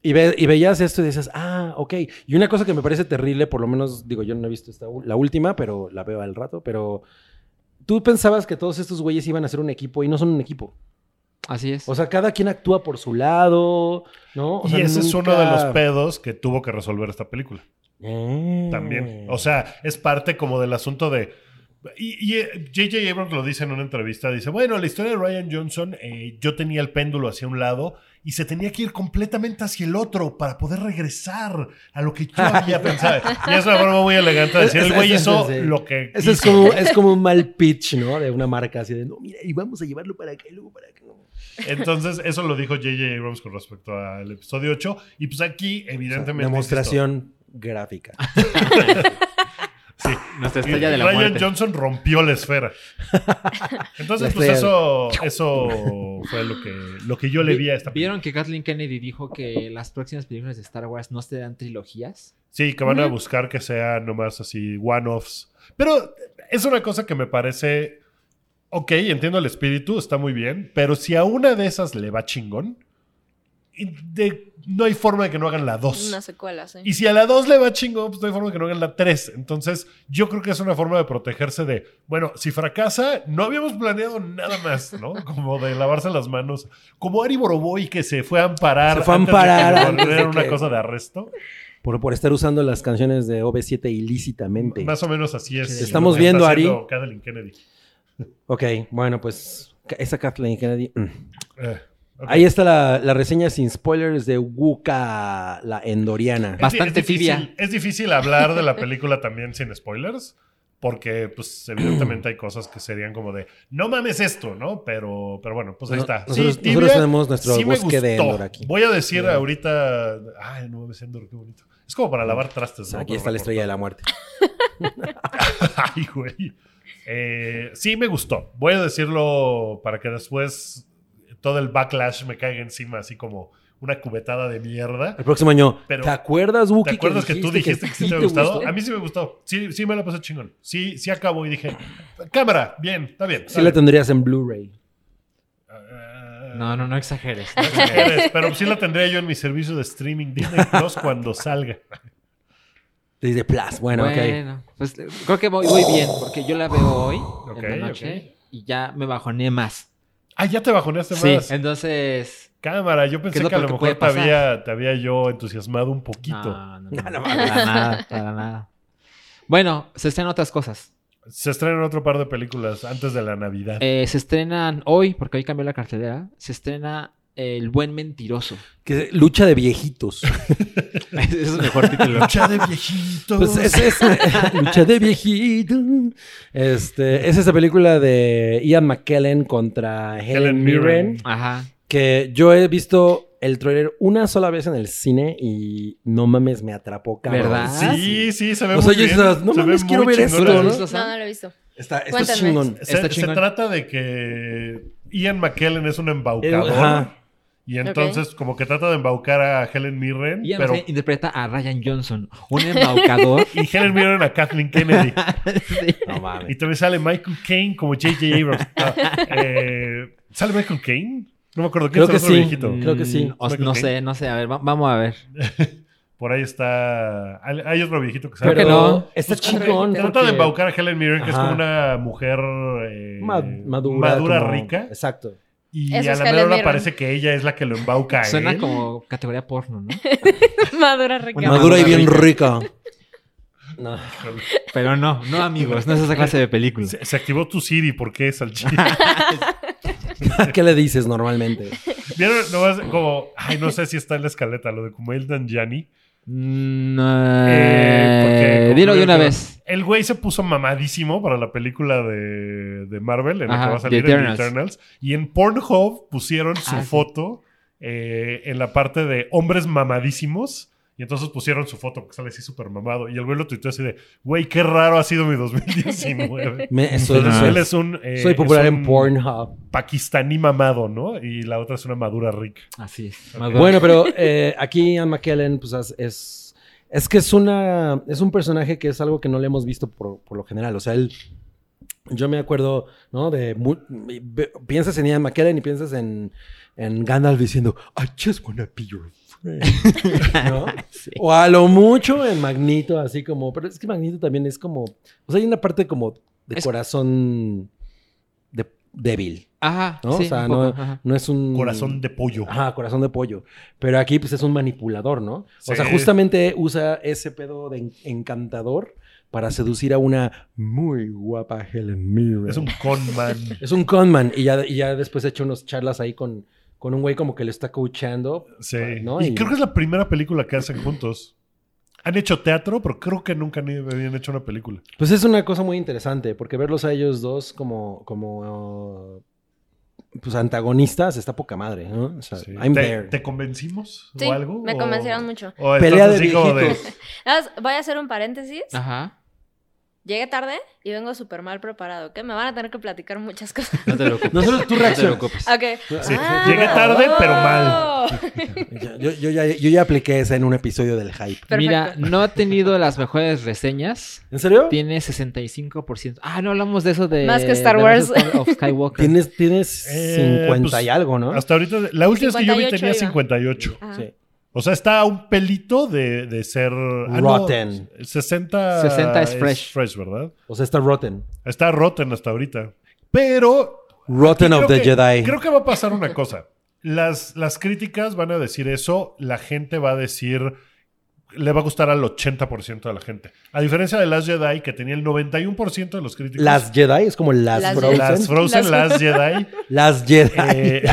D: Y, ve- y veías esto y dices, ah, ok. Y una cosa que me parece terrible, por lo menos, digo, yo no he visto esta, ul- la última, pero la veo al rato, pero tú pensabas que todos estos güeyes iban a ser un equipo y no son un equipo.
C: Así es.
D: O sea, cada quien actúa por su lado, ¿no? O
B: y
D: sea,
B: ese es uno
D: nunca-
B: de los pedos que tuvo que resolver esta película.
D: Eh.
B: También. O sea, es parte como del asunto de. Y y, eh, J.J. Abrams lo dice en una entrevista: dice, bueno, la historia de Ryan Johnson, eh, yo tenía el péndulo hacia un lado y se tenía que ir completamente hacia el otro para poder regresar a lo que yo había pensado. Y es una forma muy elegante de decir: el güey hizo
D: Sí.
B: lo que.
D: Ese es
B: quiso".
D: como, es como un mal pitch, ¿no? De una marca así de, no, mira, y vamos a llevarlo para acá y luego para acá.
B: Entonces, eso lo dijo J.J. Abrams con respecto al episodio 8. Y pues aquí, evidentemente.
D: Demostración gráfica.
C: Nuestra
B: Y
C: estrella de la
B: Ryan
C: muerte.
B: Johnson rompió la esfera. Entonces,
D: La
B: pues
D: estrella
B: eso, eso fue lo que, lo que yo le vi a esta película.
C: ¿Vieron que Kathleen Kennedy dijo que las próximas películas de Star Wars no serán trilogías?
B: Sí, que van a
E: Ujú.
B: buscar que sea nomás así one-offs. Pero es una cosa que me parece. Ok, entiendo el espíritu, está muy bien. Pero si a una de esas le va chingón, y de- no hay forma de que no hagan la dos.
E: Una secuela, sí.
B: Y si a la 2 le va chingón, pues no hay forma que no hagan la 3. Entonces, yo creo que es una forma de protegerse de, bueno, si fracasa, no habíamos planeado nada más, ¿no? Como de lavarse las manos. Como Ari Boroboy que se fue a amparar.
D: Se fue a
B: antes de que
D: amparar
B: le
D: antes de
B: volvieran una
D: que-
B: cosa de arresto.
D: Por, por estar usando las canciones de OV7 ilícitamente.
B: Más o menos así es.
C: Sí.
D: Estamos
B: lo que
D: viendo,
B: está
D: Ari.
B: haciendo Kathleen Kennedy.
D: Ok, bueno, pues ca- esa Kathleen Kennedy. mm.
B: Eh, ok.
D: Ahí está la, la reseña sin spoilers de Wuka, la endoriana.
B: Es di-
C: Bastante
B: es difícil-
C: tibia.
B: Es difícil hablar de la película también sin spoilers. Porque, pues, evidentemente hay cosas que serían como de, no mames esto, ¿no? Pero, pero bueno, pues ahí
D: No-
B: está. Sí,
D: Nosotros,
B: tibia,
D: nosotros tenemos nuestro
B: Sí me
D: bosque de
B: gustó.
D: Endor aquí.
B: Voy a decir
D: Mira.
B: ahorita. Ay, no mames, Endor, qué bonito. Es como para lavar trastes. ¿no?
D: Aquí
B: Para
D: está la estrella de
B: recortar.
D: la muerte.
B: Ay, güey. Eh, sí, me gustó. Voy a decirlo para que después todo el backlash me caiga encima, así como una cubetada de mierda.
D: El próximo año.
B: Pero-
D: ¿Te acuerdas, Wookie?
B: ¿Te acuerdas que, tú dijiste que, sí te había gustado?
D: gustó?
B: A mí sí me gustó. Sí, sí me la pasé chingón. Sí, sí acabó y dije, cámara, bien, está bien.
D: Sí la
B: dale.
D: tendrías en Blu-ray.
B: Ah,
C: No, no, no exageres.
B: no sé qué eres, eh, Pero sí la tendría yo en mi servicio de streaming Disney Plus cuando salga.
D: Desde Plus. Bueno, ok.
C: Bueno, pues eh, creo que voy, voy bien, porque yo la veo hoy en
B: Ok,
C: la noche y ya me bajoné más.
B: Ah, ya te bajoneaste
C: Sí,
B: más.
C: entonces.
B: Cámara, yo pensé
C: es lo
B: que a lo
C: peor que
B: mejor
C: puede
B: te
C: pasar? Ah.
B: había, te había yo entusiasmado un poquito.
C: No, no, no, no, para nada, para nada. Bueno, se estrenan otras cosas.
B: Se estrenan otro par de películas antes de la Navidad.
C: Eh, se estrenan hoy, porque hoy cambió la cartelera. Se estrena El Buen Mentiroso.
D: Que- lucha de viejitos.
C: Ese es el mejor título.
B: Lucha de viejitos.
D: Pues es, es- lucha de viejitos. Este, es esa película de Ian McKellen contra Helen,
B: Helen
D: Mirren.
B: Mirren.
C: Ajá.
D: Que yo he visto el trailer una sola vez en el cine y no mames, me atrapó, cabrón.
C: ¿Verdad?
B: sí, sí, se ve
D: Ah, O
B: muy
D: sea, yo
B: bien.
D: decía, no
B: se ve
D: mames,
B: muy
D: quiero ver
B: chingona.
D: esto,
C: ¿Lo
D: ¿no?
C: has visto, Sam?
E: No, no lo he visto.
D: Está, está
E: Cuéntame.
D: chingón.
B: Se,
C: Está
B: se
C: chingón.
B: trata de que Ian McKellen es un embaucador.
D: Ajá.
B: Y entonces como que trata de embaucar a Helen Mirren.
C: Ian
B: pero,
C: McKellen interpreta a Ryan Johnson, un embaucador.
B: y Helen Mirren a Kathleen Kennedy.
D: No
B: Y
D: mames.
B: también sale Michael Caine como J.J. Abrams. Ah, eh, ¿Sale Michael Caine? No me acuerdo. ¿Quién
D: Creo
B: es el
D: que
B: otro
D: sí.
B: viejito?
D: Mm. Creo que sí.
C: O-
B: Michael
C: no
B: Caine.
C: sé, no sé. A ver, va- vamos a ver.
B: Por ahí está... Hay hay otro viejito que sale.
D: Pero
C: que no.
D: está
B: Pues,
D: chingón.
B: Trata
D: porque-
B: de embaucar a Helen Mirren, que es
D: Ajá.
B: como una mujer eh,
D: Ma- madura. como-
B: rica.
D: Exacto.
B: Y
E: Eso
B: a
E: es
B: la
E: Helen
B: mera hora
E: Mirren.
B: parece que ella es la que lo embauca a
C: Suena
B: él.
C: como categoría porno, ¿no?
E: Madura rica.
C: Una
D: madura y
C: madura
D: bien rica. No.
C: Pero no, no, amigos. No es esa clase de película.
B: Se, se activó tu Siri, ¿por qué Salchi?
D: ¿Qué le dices normalmente?
B: ¿Vieron? Nomás como, ay, no sé si está en la escaleta, lo de Kumail Nanjiani.
C: Mm,
B: Eh,
C: eh,
B: porque
C: dilo de una
B: concluyo que-
C: vez.
B: El güey se puso mamadísimo para la película de, de Marvel, en la
C: Ajá,
B: que va a salir
C: The
B: en The
C: Eternals.
B: Eternals. Y en Pornhub pusieron su
C: Ah, sí.
B: foto eh, en la parte de hombres mamadísimos. Y entonces pusieron su foto que sale así súper mamado. Y el güey lo tuiteó así de, güey, qué raro ha sido mi 2019.
D: Me- soy,
B: Entonces,
C: pues,
D: soy-
B: él es un... eh,
D: soy popular
B: es un
D: en Pornhub.
B: Pakistaní mamado, ¿no? Y la otra es una madura rica.
C: Así es.
D: Bueno, pero eh, aquí Ian McKellen, pues as- es. Es que es una. Es un personaje que es algo que no le hemos visto por, por lo general. O sea, él. Yo me acuerdo, ¿no? De. mu- ve- Piensas en Ian McKellen y piensas en. En Gandalf diciendo, I just wanna be your ¿no?
C: Sí.
D: O a lo mucho en Magneto, así como. Pero es que Magneto también es como. O sea, hay una parte como de
C: Es-
D: corazón de- débil.
C: Ajá,
D: ¿No? O
C: sí,
D: sea,
C: un poco,
D: no-
C: ajá.
D: No es
C: Mm.
D: un.
B: Corazón de pollo.
D: Ajá, corazón de pollo. Pero aquí, pues, es un manipulador, ¿no? O
B: Sí.
D: sea, justamente usa ese pedo de en- encantador para seducir a una muy guapa Helen Mirren.
B: Es un conman.
D: Es un conman. Y ya, y ya después he hecho unas charlas ahí con, con un güey como que le está coachando.
B: Sí.
D: ¿No?
B: Y,
D: Y-
B: creo que es la primera película que hacen juntos. Han hecho teatro, pero creo que nunca ni- habían hecho una película.
D: Pues es una cosa muy interesante, porque verlos a ellos dos como, como eh, pues antagonistas está poca madre, ¿no? O sea,
B: Sí.
D: I'm
B: ¿Te,
D: there.
B: te convencimos
E: Sí,
B: o algo?
E: me
B: ¿O-
E: convencieron mucho.
B: o
D: Pelea
B: estás
D: de
B: así como
D: viejitos.
E: Nada más, Voy a hacer un paréntesis.
C: Ajá.
E: Llegué tarde y vengo súper mal preparado, ¿ok? Me van a tener que platicar muchas cosas.
C: No te preocupes.
D: Nosotros tú Ah.
C: No te
D: reaccionas.
C: preocupes.
E: Ok. Ah,
B: Sí, llegué tarde, pero mal.
D: Yo, yo- yo ya, yo ya apliqué esa en un episodio del hype.
E: Perfecto.
C: Mira, no ha tenido las mejores reseñas.
D: ¿En serio?
C: Tiene 65%. Ah, no hablamos de eso de.
E: Más que Star
C: de
E: Wars.
C: Rise Of Skywalker.
D: Tienes, tienes
B: Eh,
D: 50
B: pues,
D: y algo, ¿no?
B: Hasta ahorita, la última vez que yo vi
E: 58
B: tenía
E: iba.
B: 58.
E: Ajá.
D: Sí.
B: O sea, está a un pelito de, de ser... ah, no,
D: Rotten.
B: 60...
C: 60 es fresh.
B: fresh, ¿verdad?
D: O sea, está Rotten.
B: Está rotten hasta ahorita. Pero
D: Rotten
B: creo
D: of the
B: que-
D: Jedi.
B: Creo que va a pasar una cosa. Las, las críticas van a decir eso, la gente va a decir, le va a gustar al 80% de la gente. A diferencia de Las Jedi, que tenía el 91% de los críticos.
D: Las Jedi es como las,
E: Las
D: Frozen.
B: Las Frozen,
E: Las-
B: las Jedi.
D: Las Jedi.
B: eh,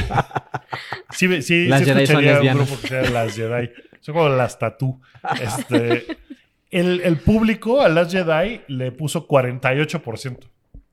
B: sí, sí,
C: Las
B: sí
C: Jedi son
B: escucharía un
C: lesbianas.
B: grupo que sea Las Jedi. Son como las tatú. Este, el, el público a Las Jedi le puso 48%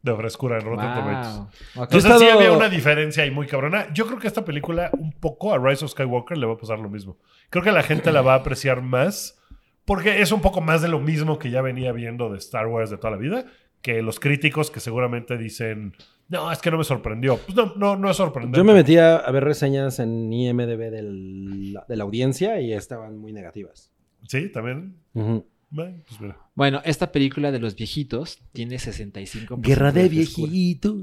B: de frescura en Rotten Tomatoes.
C: Wow.
B: Entonces
C: Ok.
D: Yo he
B: sí
D: estado-
B: había una diferencia ahí muy cabrona. Yo creo que esta película, un poco a Rise of Skywalker, le va a pasar lo mismo. Creo que la gente la va a apreciar más porque es un poco más de lo mismo que ya venía viendo de Star Wars de toda la vida, que los críticos que seguramente dicen, no, es que no me sorprendió. Pues no, no, no es sorprendente.
D: Yo me metí a, a ver reseñas en IMDB del- de la audiencia y estaban muy negativas.
B: Sí, también.
D: Ujú.
B: Bueno, pues mira.
C: Bueno, esta película de los viejitos tiene 65%.
D: Guerra de
C: frescura.
D: viejitos.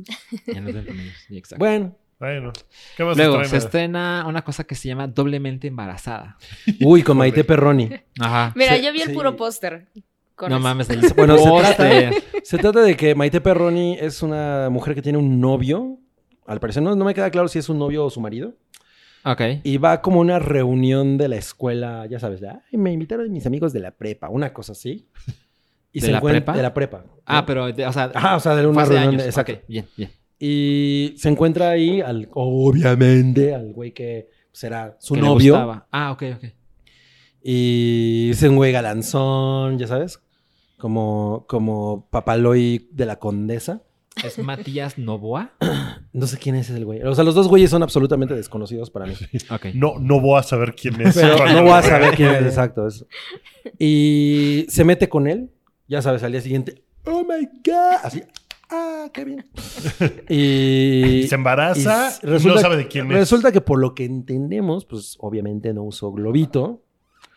C: Ya nos ven con ellos, sí, exacto.
D: Bueno,
B: Bueno. ¿Qué más
C: Luego
B: nos
C: se
B: traen?
D: este.
C: estrena una cosa que se llama Doblemente Embarazada.
D: uy, con Maite Perroni.
C: Ajá.
E: Mira,
D: Sí,
E: yo vi el
D: sí.
E: puro póster. con
C: No
E: eso.
C: mames, del
D: Bueno, se
C: póster.
D: Se trata de que Maite Perroni es una mujer que tiene un novio. Al parecer no, no me queda claro si es un novio o su marido.
C: Ok.
D: Y va como a una reunión de la escuela, ya sabes, de, "Ay, me invitaron mis amigos de la prepa, una cosa así. Y
C: ¿De
D: se
C: la
D: encuent-
C: prepa?
D: De la prepa. ¿no?
C: Ah, pero, de- o sea,
D: Ajá, o sea, de
C: fue
D: una
C: hace
D: reunión.
C: años.
D: de- exacto.
C: Ok, bien, bien.
D: Y se encuentra ahí, al, obviamente, al güey que será su
C: Que le
D: novio.
C: gustaba. Ah, ok, ok.
D: Y es un güey galanzón, ya sabes. Como, como Papaloy de la Condesa.
C: Es Matías Novoa.
D: No sé quién es el güey. O sea, los dos güeyes son absolutamente desconocidos para mí.
C: Ok.
B: No, no voy a saber quién es.
D: Pero
B: Cuando
D: no
B: lo
D: voy a
B: vea.
D: saber quién es exacto. es- Y se mete con él. Ya sabes, al día siguiente. ¡Oh my God! Así. ¡Ah, qué bien! Y.
B: Se embaraza,
D: y resulta-
B: no sabe de quién es.
D: Resulta que por lo que entendemos, pues obviamente no usó globito.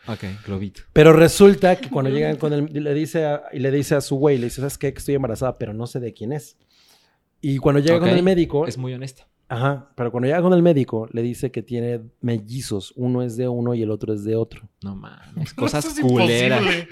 C: Ok, globito.
D: Pero resulta que cuando llegan con él le dice a, y le dice a su güey, le dice, ¿sabes qué? Que estoy embarazada, pero no sé de quién es. Y cuando llega con
C: Ok.
D: el médico,
C: Es muy honesto.
D: Ajá, pero cuando llega con el médico, le dice que tiene mellizos. Uno es de uno y el otro es de otro.
C: No mames. Cosas
B: Eso es
C: culeras.
B: imposible.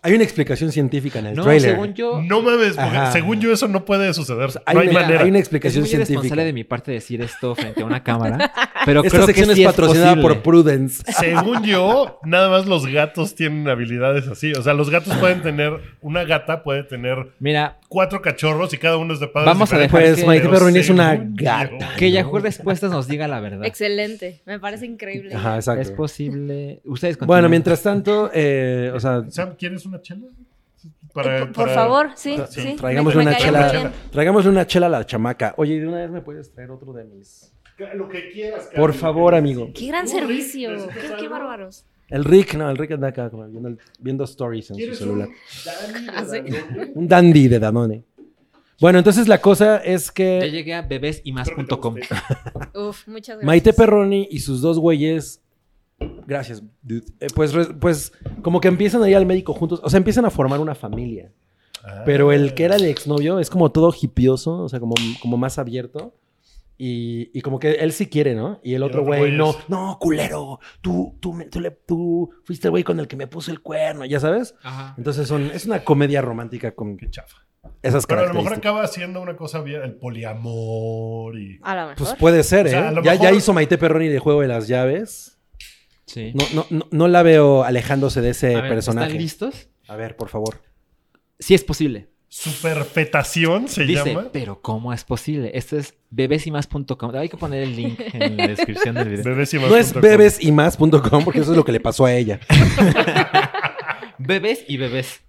D: Hay una explicación científica en el
C: No,
D: trailer.
C: según yo.
B: No mames, porque
D: Ajá.
B: según yo eso no puede suceder.
D: hay,
B: no hay
D: una,
B: manera.
D: hay una
C: Es
D: explicación
C: muy
D: científica.
C: irresponsable de mi parte decir esto frente a una cámara. Pero
D: Esta
C: creo que
D: sección
C: sí
D: es patrocinada por
C: posible.
D: Prudence.
B: Según yo, nada más los gatos tienen habilidades así. O sea, los gatos pueden tener, una gata puede tener
C: Mira,
B: cuatro cachorros y cada uno es de padres.
C: Vamos a
B: diferentes,
D: Pues
C: que-
D: Maite
B: pero
D: Perroni es una
B: según yo-
D: gata.
C: que
D: ¿no?
C: Yahoo Respuestas nos diga la verdad.
E: Excelente. Me parece increíble. Eh,
D: Ajá, exacto.
C: Es posible. Ustedes
D: Bueno,
C: continúen.
D: mientras tanto, eh, o sea,
B: Sam, ¿quieres una chela?
E: Eh, por, por favor, sí,
B: para-
E: sí.
D: traigamos
E: Me- me
D: una
E: caía
D: chela,
E: muy bien.
D: traigamos una chela a la chamaca. Oye, de una vez me puedes traer otro de mis.
B: Lo que quieras. Carlos.
D: Por favor, amigo.
E: Qué gran
B: Uy,
E: servicio.
B: ¿necesitas
E: Qué, qué
B: algo?
E: bárbaros.
D: El Rick, no, el Rick anda acá como viendo, el- viendo stories en su
B: ¿Quieres
D: celular.
B: un Dani de
E: Ah, sí.
B: Danone?
D: Un dandy de Danone. Bueno, entonces la cosa es
C: Ya
D: que
C: llegué a
B: Espero que te
C: bebesymas.com.
B: guste.
E: Uf, muchas gracias.
D: Maite Perroni y sus dos güeyes. Gracias, dude. Eh, pues, re- pues, como que empiezan a ir al médico juntos. O sea, empiezan a formar una familia.
B: Ah,
D: Pero el que era el exnovio es como todo hipioso, o sea, como, como más abierto. Y, y como que él sí quiere, ¿no? Y el otro güey, no, no, culero, tú, tú, me- tú, le- tú fuiste el güey con el que me puso el cuerno, ¿ya sabes?
C: Ajá.
D: Entonces son- es una comedia romántica con
B: Qué chafa.
D: esas
B: Pero a lo mejor
D: características.
B: acaba haciendo una cosa bien, el poliamor y...
E: A lo mejor.
D: Pues puede ser,
B: O
D: ¿eh?
B: sea, a lo
D: ya, ya
B: mejor-
D: hizo Maite Perroni de Juego de las Llaves.
C: Sí.
D: No, no, no, no la veo alejándose de ese
C: A ver, ¿Están
D: personaje.
C: listos?
D: A ver, por favor.
C: Sí es posible.
B: Superfetación se
C: Dice,
B: llama.
C: pero ¿cómo es posible? Esto es bebesymas.com. Hay que poner el link en la descripción del video.
B: Bebés y más
D: No es
B: punto com.
D: bebesymas.com porque eso es lo que le pasó a ella.
C: Bebés y bebés.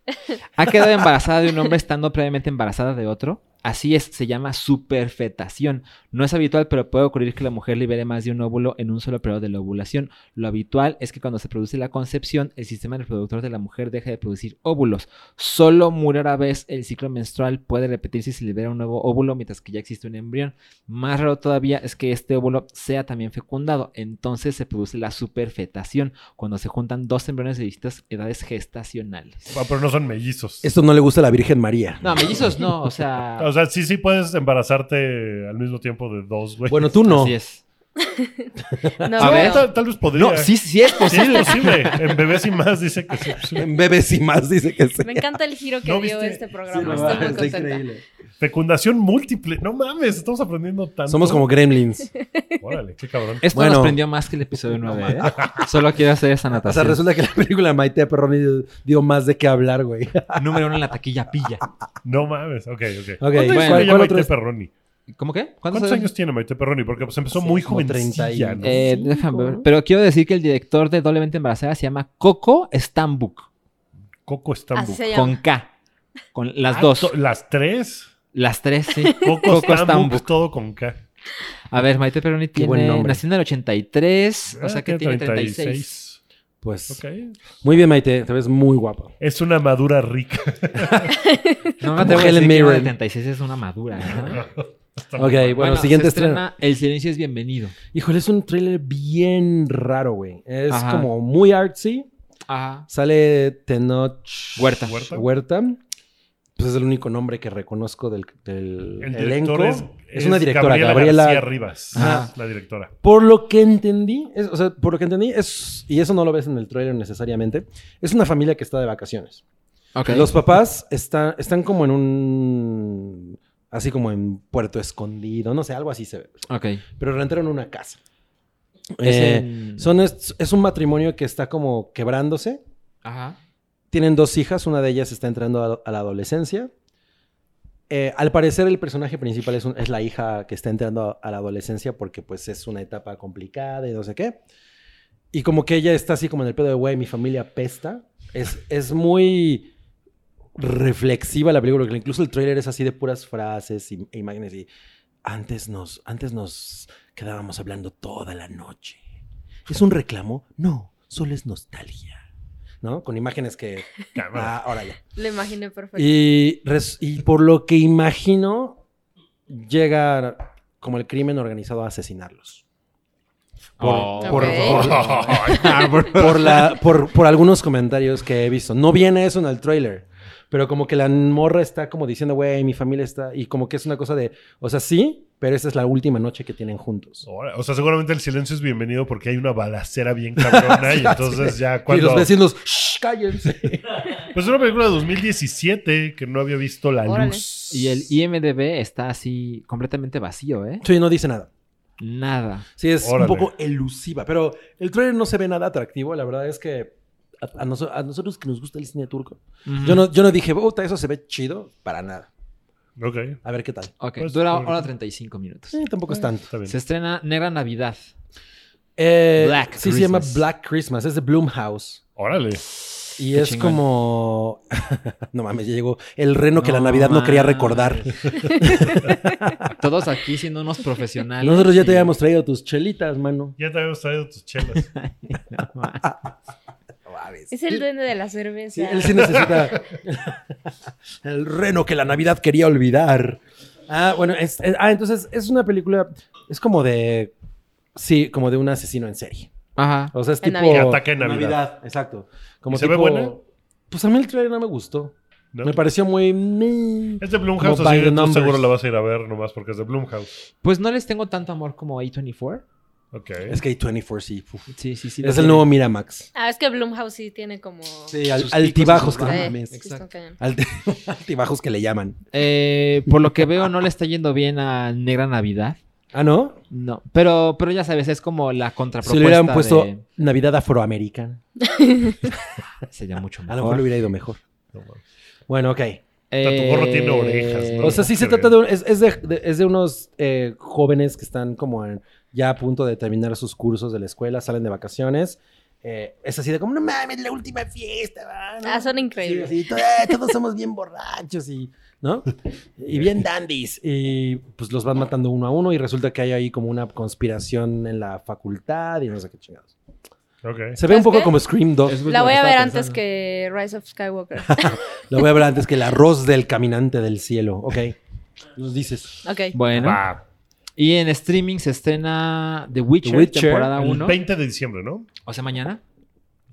C: Ha quedado embarazada de un hombre estando previamente embarazada de otro. Así es, se llama superfetación. No es habitual, pero puede ocurrir que la mujer libere más de un óvulo en un solo periodo de la ovulación. Lo habitual es que cuando se produce la concepción, el sistema reproductor de la mujer deja de producir óvulos. Solo muy rara vez el ciclo menstrual puede repetirse si se libera un nuevo óvulo mientras que ya existe un embrión. Más raro todavía es que este óvulo sea también fecundado. Entonces se produce la superfetación cuando se juntan dos embriones de distintas edades gestacionales.
B: Ah, pero no son mellizos.
D: Esto no le gusta a la Virgen María.
C: No, mellizos no, o sea.
B: O sea, sí, sí puedes embarazarte al mismo tiempo de dos, güey.
D: Bueno, tú no.
C: Así es.
E: No,
C: a
B: No,
C: ver.
E: pero-
B: tal, tal vez podría.
C: No, sí, sí es
B: Sí, es
C: posible.
B: posible. En bebés y más dice que sí. sí.
D: En Bebesymas dice que sí.
E: Me encanta el giro que
B: ¿No
E: dio
B: viste?
E: este
D: Sí,
E: programa.
D: no,
E: Estoy muy
D: está
E: contenta.
D: increíble.
B: Fecundación múltiple. No mames, estamos aprendiendo tanto.
D: Somos como gremlins.
B: Órale, qué cabrón.
C: Esto
D: Bueno.
C: nos prendió más que el episodio 9. ¿eh? Solo quiero hacer esa
D: O sea,
C: anotación.
D: resulta que la película de Maite Perroni dio- dio más de qué hablar, güey.
C: Número uno en la taquilla pilla.
B: No mames. Ok, ok.
D: Ok,
B: ¿Cuántos
C: bueno,
B: años tiene
D: ¿cuál
B: Maite
D: otro es?
B: Perroni?
C: ¿Cómo qué?
B: ¿Cuántos años tiene Maite Perroni? Porque pues empezó
D: Sí,
B: muy
D: como
B: jovencilla.
D: 30 y-
B: ¿no?
C: Eh,
D: Cinco,
C: déjame ver.
D: ¿no?
C: Pero quiero decir que el director de Doblemente Embarazada se llama Coco Stambuk.
B: Coco
E: Así
B: Stambuk.
E: se llama.
C: Con K. Con las
B: Ah,
C: dos.
B: to- Las tres.
C: Las tres, sí.
B: Coco,
C: Coco
B: Stambuk,
C: Stambuk.
B: todo con K.
C: A ver, Maite Peroni tiene.
D: buen nombre.
C: Nació en el 83.
B: Ah,
C: o sea que tiene 36.
D: Pues,
B: Ok.
D: muy bien, Maite. Te ves muy guapo.
B: Es una madura rica.
C: No me atrevo a
D: Helen
C: decir que una de
D: Mirren.
C: 36 es una madura. ¿no?
B: Está
D: Ok,
B: muy
D: bueno,
B: guapa.
D: siguiente
C: se
D: estreno.
C: estrena El silencio es bienvenido.
D: Híjole, es un thriller bien raro, güey. Es
C: Ajá.
D: como muy artsy.
E: Ah.
C: Ajá.
D: Sale Tenoch
C: Huerta.
B: Huerta.
D: Huerta. Pues es el único nombre que reconozco del, del
B: El
D: elenco.
B: director es,
D: Es una directora, Gabriela-
B: García Rivas,
C: Ajá.
B: la directora.
D: Por lo que entendí, es- o sea, por lo que entendí, es, y eso no lo ves en el trailer necesariamente, es una familia que está de vacaciones.
C: Ok.
D: Los papás están, están como en un. Así como en Puerto Escondido, no sé, algo así se ve.
C: Ok.
D: Pero rentaron una casa.
C: Es
D: Eh,
C: en-
D: son est- es un matrimonio que está como quebrándose.
C: Ajá.
D: Tienen dos hijas, una de ellas está entrando a, a la adolescencia. Eh, al parecer el personaje principal es, un- es la hija que está entrando a, a la adolescencia porque pues es una etapa complicada y no sé qué. Y como que ella está así como en el pedo de, güey, mi familia pesta. Es, es muy reflexiva la película, que incluso el tráiler es así de puras frases y- e imágenes y antes nos, antes nos quedábamos hablando toda la noche. ¿Es un reclamo? No, solo es nostalgia. ¿No? Con imágenes que...
B: Cámara.
D: Ah, ahora ya.
E: Lo imaginé perfecto.
D: Y, res- y por lo que imagino, llega como el crimen organizado a asesinarlos. Por,
C: Oh.
D: por-
E: Ok.
D: por-
C: Ah, por-
D: por la- por- por algunos comentarios que he visto. No viene eso en el trailer. Pero como que la morra está como diciendo, güey, mi familia está... Y como que es una cosa de, o sea, sí, pero esa es la última noche que tienen juntos.
B: Ahora, O sea, seguramente el silencio es bienvenido porque hay una balacera bien cabrona y entonces ya cuando...
D: Y los vecinos, shh, cállense.
B: Pues una película de 2017 que no había visto la
E: Órale.
B: luz.
C: Y el IMDB está así completamente vacío, ¿eh?
D: Sí, no dice nada.
C: Nada.
D: Sí, es
B: Órale.
D: un poco elusiva. Pero el trailer no se ve nada atractivo. La verdad es que a, a noso- a nosotros que nos gusta el cine turco, yo, no, yo no dije, puta, eso se ve chido. Para nada.
B: Ok,
D: A ver qué tal. Mm.
C: Ok,
B: Pues,
C: dura
B: por-
C: hora 35 minutos.
D: Sí, tampoco es tanto.
B: está bien.
C: Se estrena Negra Navidad.
D: Eh,
C: Black
D: sí, se llama
C: Christmas.
D: Black Christmas. Es de Bloomhouse.
B: Órale.
D: Y
C: Qué
D: es
C: chingón.
D: como... no mames, ya llegó el reno que la
C: No
D: Navidad no quería
C: mames.
D: recordar.
C: Todos aquí siendo unos profesionales.
D: Nosotros ya te
C: y-
D: habíamos traído tus chelitas, mano.
B: Ya te habíamos traído tus chelas.
C: No, ma-
E: Es el duende de la cerveza.
D: Sí, él sí necesita el reno que la Navidad quería olvidar. Ah, bueno, es- es- ah, entonces es una película, es como de, sí, como de un asesino en serie.
C: Ajá.
D: O sea, es
E: En
D: tipo...
E: Navidad.
B: Que ataca en Navidad.
D: exacto. Como
B: ¿Y se ve
D: tipo-
B: buena?
D: Pues a mí el trailer no me gustó.
B: ¿no?
D: Me pareció muy... meh.
B: Es de Blumhouse,
D: Como by
B: así que tú
D: the numbers.
B: seguro la vas a ir a ver nomás porque es de Blumhouse.
C: Pues no les tengo tanto amor como A24.
B: Ok.
D: Es que hay 24 sí. uf.
C: Sí, sí, sí. lo
D: Es el
C: tienen.
D: nuevo Miramax.
E: Ah, es que Blumhouse sí tiene como...
D: Sí, al-
C: Sus
D: altibajos, que
C: picos y
D: no
C: sus
E: Sí,
D: mames.
E: sí, está
C: Exacto.
E: cañón.
D: Alt- altibajos que le llaman.
C: Eh, por lo que veo, no le está yendo bien a Negra Navidad.
D: Ah, ¿no?
C: No, pero, pero ya sabes, es como la contrapropuesta.
D: Si le hubieran puesto
C: de-
D: Navidad Afroamericana,
C: Sería mucho mejor.
D: a lo mejor le hubiera ido mejor.
B: No mames.
D: Bueno, ok.
B: sea, tu gorro tiene orejas,
C: Eh,
B: ¿no?
D: Eh, O sea, sí se
B: creo.
D: trata de, un- es, es de, de- es de unos eh, jóvenes que están como en- ya a punto de terminar sus cursos de la escuela, salen de vacaciones. Eh, es así de como, no mames, la última fiesta. ¿va? ¿No?"
E: Ah, son increíbles.
D: Sí, así, "Ah, todos somos bien borrachos y, ¿no? Y bien dandies. Y pues los van matando uno a uno y resulta que hay ahí como una conspiración en la facultad y no sé qué chingados.
B: Ok.
D: Se ve un
E: ¿Sabes
D: poco
E: qué?
D: como Scream 2.
C: Es justo
E: La
C: lo
E: voy a
C: estaba
E: ver antes
C: pensando.
E: que Rise of Skywalker.
D: Lo voy a ver antes que el arroz del caminante del cielo, ¿ok? Nos dices.
E: Ok.
C: Bueno,
B: Va.
C: y en streaming se estrena The Witcher,
D: The Witcher,
C: temporada
B: El
C: 1.
B: 20 de diciembre, ¿no?
C: O sea, mañana.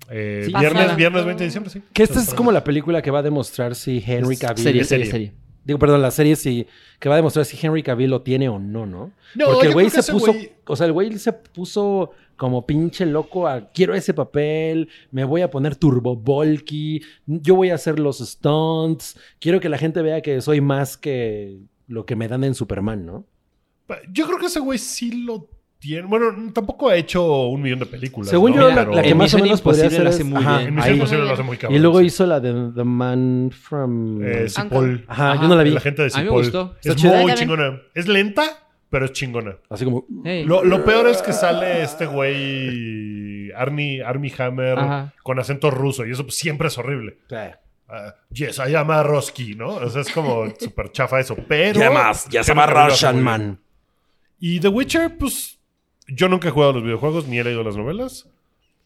B: Eh,
C: Sí.
B: viernes,
E: Pasado.
B: viernes 20 de diciembre, sí.
D: Que esta es como la película que va a demostrar si Henry Cavill...
C: Serie,
B: Serie.
C: serie, serie.
D: Digo, perdón, la serie si, que va a demostrar si Henry Cavill lo tiene o no, ¿no?
B: No,
D: Porque
B: yo
D: el
B: creo
D: güey
B: que
D: se
B: ese
D: puso...
B: güey-
D: O sea, el güey se puso como pinche loco a... Quiero ese papel, me voy a poner turbo bulky, yo voy a hacer los stunts, quiero que la gente vea que soy más que lo que me dan en Superman, ¿no?
B: Yo creo que ese güey sí lo tiene. Bueno, tampoco ha hecho un millón de películas.
D: Según
B: ¿no?
D: yo, la,
B: Pero-
D: la que
C: En
D: más o
C: Misión
D: menos podría
C: Imposible
D: ser
C: lo
D: es-
C: hace muy
D: ajá,
C: bien.
B: En Misión
D: ahí.
B: Imposible lo hace muy cabrón.
D: Y luego
B: sí.
D: hizo la de The Man from...
B: Eh,
E: Uncle.
B: Cipoll.
D: Ajá,
C: Ajá,
D: yo no la vi.
B: La gente de
C: A mí me
B: Cipoll.
C: gustó. Está
B: Es
C: chida.
B: muy
E: Ay,
B: chingona. Es lenta, pero es chingona.
D: Así como...
C: Hey.
B: Lo, lo peor es que sale este güey Arnie, Army Hammer
C: Ajá.
B: con acento ruso y eso pues, siempre es horrible. Ah, yes, I am a Roski, ¿no? O sea, es como súper chafa eso, pero... Henry Cavill lo hace muy bien. Y The Witcher, pues yo nunca he jugado a los videojuegos ni he leído las novelas.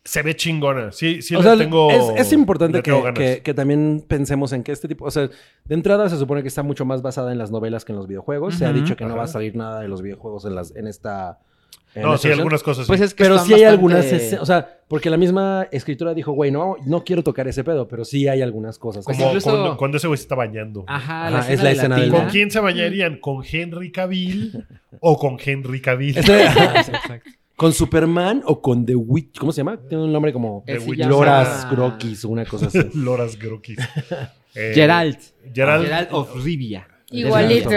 B: Se ve chingona. Sí, sí,
D: O
B: le
D: sea,
B: tengo...
D: es, es
B: le
D: importante
B: tengo
D: que,
B: ganas.
D: que- que también pensemos en que este tipo, o sea, de entrada se supone que está mucho más basada en las novelas que en los videojuegos. Se ha
C: Ujú.
D: dicho que no
B: Ajá.
D: va a salir nada de los videojuegos en, las, en esta... en
B: No,
D: esta
B: sí,
D: versión.
B: algunas cosas. sí.
C: Pues es que
D: Pero
C: están
D: sí hay
C: bastante-
D: algunas, esce- o sea, porque la misma escritora dijo, güey, no, no quiero tocar ese pedo, pero sí hay algunas cosas.
C: Pues
B: como
C: incluso-
B: cuando, cuando ese güey se está bañando.
C: Ajá,
D: Ajá, es la
C: de
D: escena del-
C: tina.
B: ¿Con quién se bañarían? ¿Con Henry Cavill o con Henry Cavill?
D: Este- ajá, sí.
C: Exacto.
D: ¿Con Superman o con The Witch? ¿Cómo se llama? Tiene un nombre como
B: The
C: Él se
B: Witcher.
C: llama-
D: Loras Croquis o una cosa así.
B: Loras Grokis. Eh,
C: Geralt.
B: Geralt.
C: Geralt of Rivia.
E: Igualito.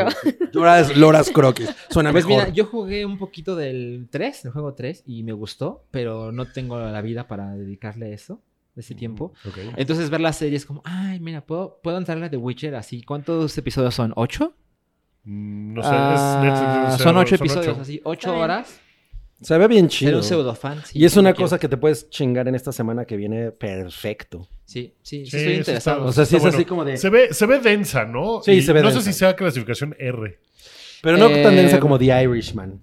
D: Loras, Loras Croquis. Suena
C: Pues
D: mejor.
C: mira, yo jugué un poquito del 3, del juego 3, y me gustó, pero no tengo la vida para dedicarle a eso, ese tiempo.
B: Ok.
C: Entonces ver la serie es como, ay, mira, puedo, puedo entrarle a The Witcher así. ¿Cuántos episodios son? ¿Ocho?
B: Mm, No sé,
C: Ah,
B: es Netflix, debe ser-
C: son ocho episodios, así,
E: Está
C: ocho
E: bien.
C: horas.
D: Se ve
C: Ser
D: bien chido.
C: un pseudo fan.
D: y es una cosa que te puedes chingar en esta semana que viene perfecto.
C: Sí, sí, sí,
B: Sí,
C: estoy
B: sí está-
C: interesado.
D: O sea,
B: está
D: sí es
B: bueno.
D: así como de...
B: Se ve, se ve densa, ¿no?
D: Sí, se ve
B: No sé
D: densa.
B: si sea clasificación R.
D: Pero no tan
C: Eh,
D: densa como The Irishman.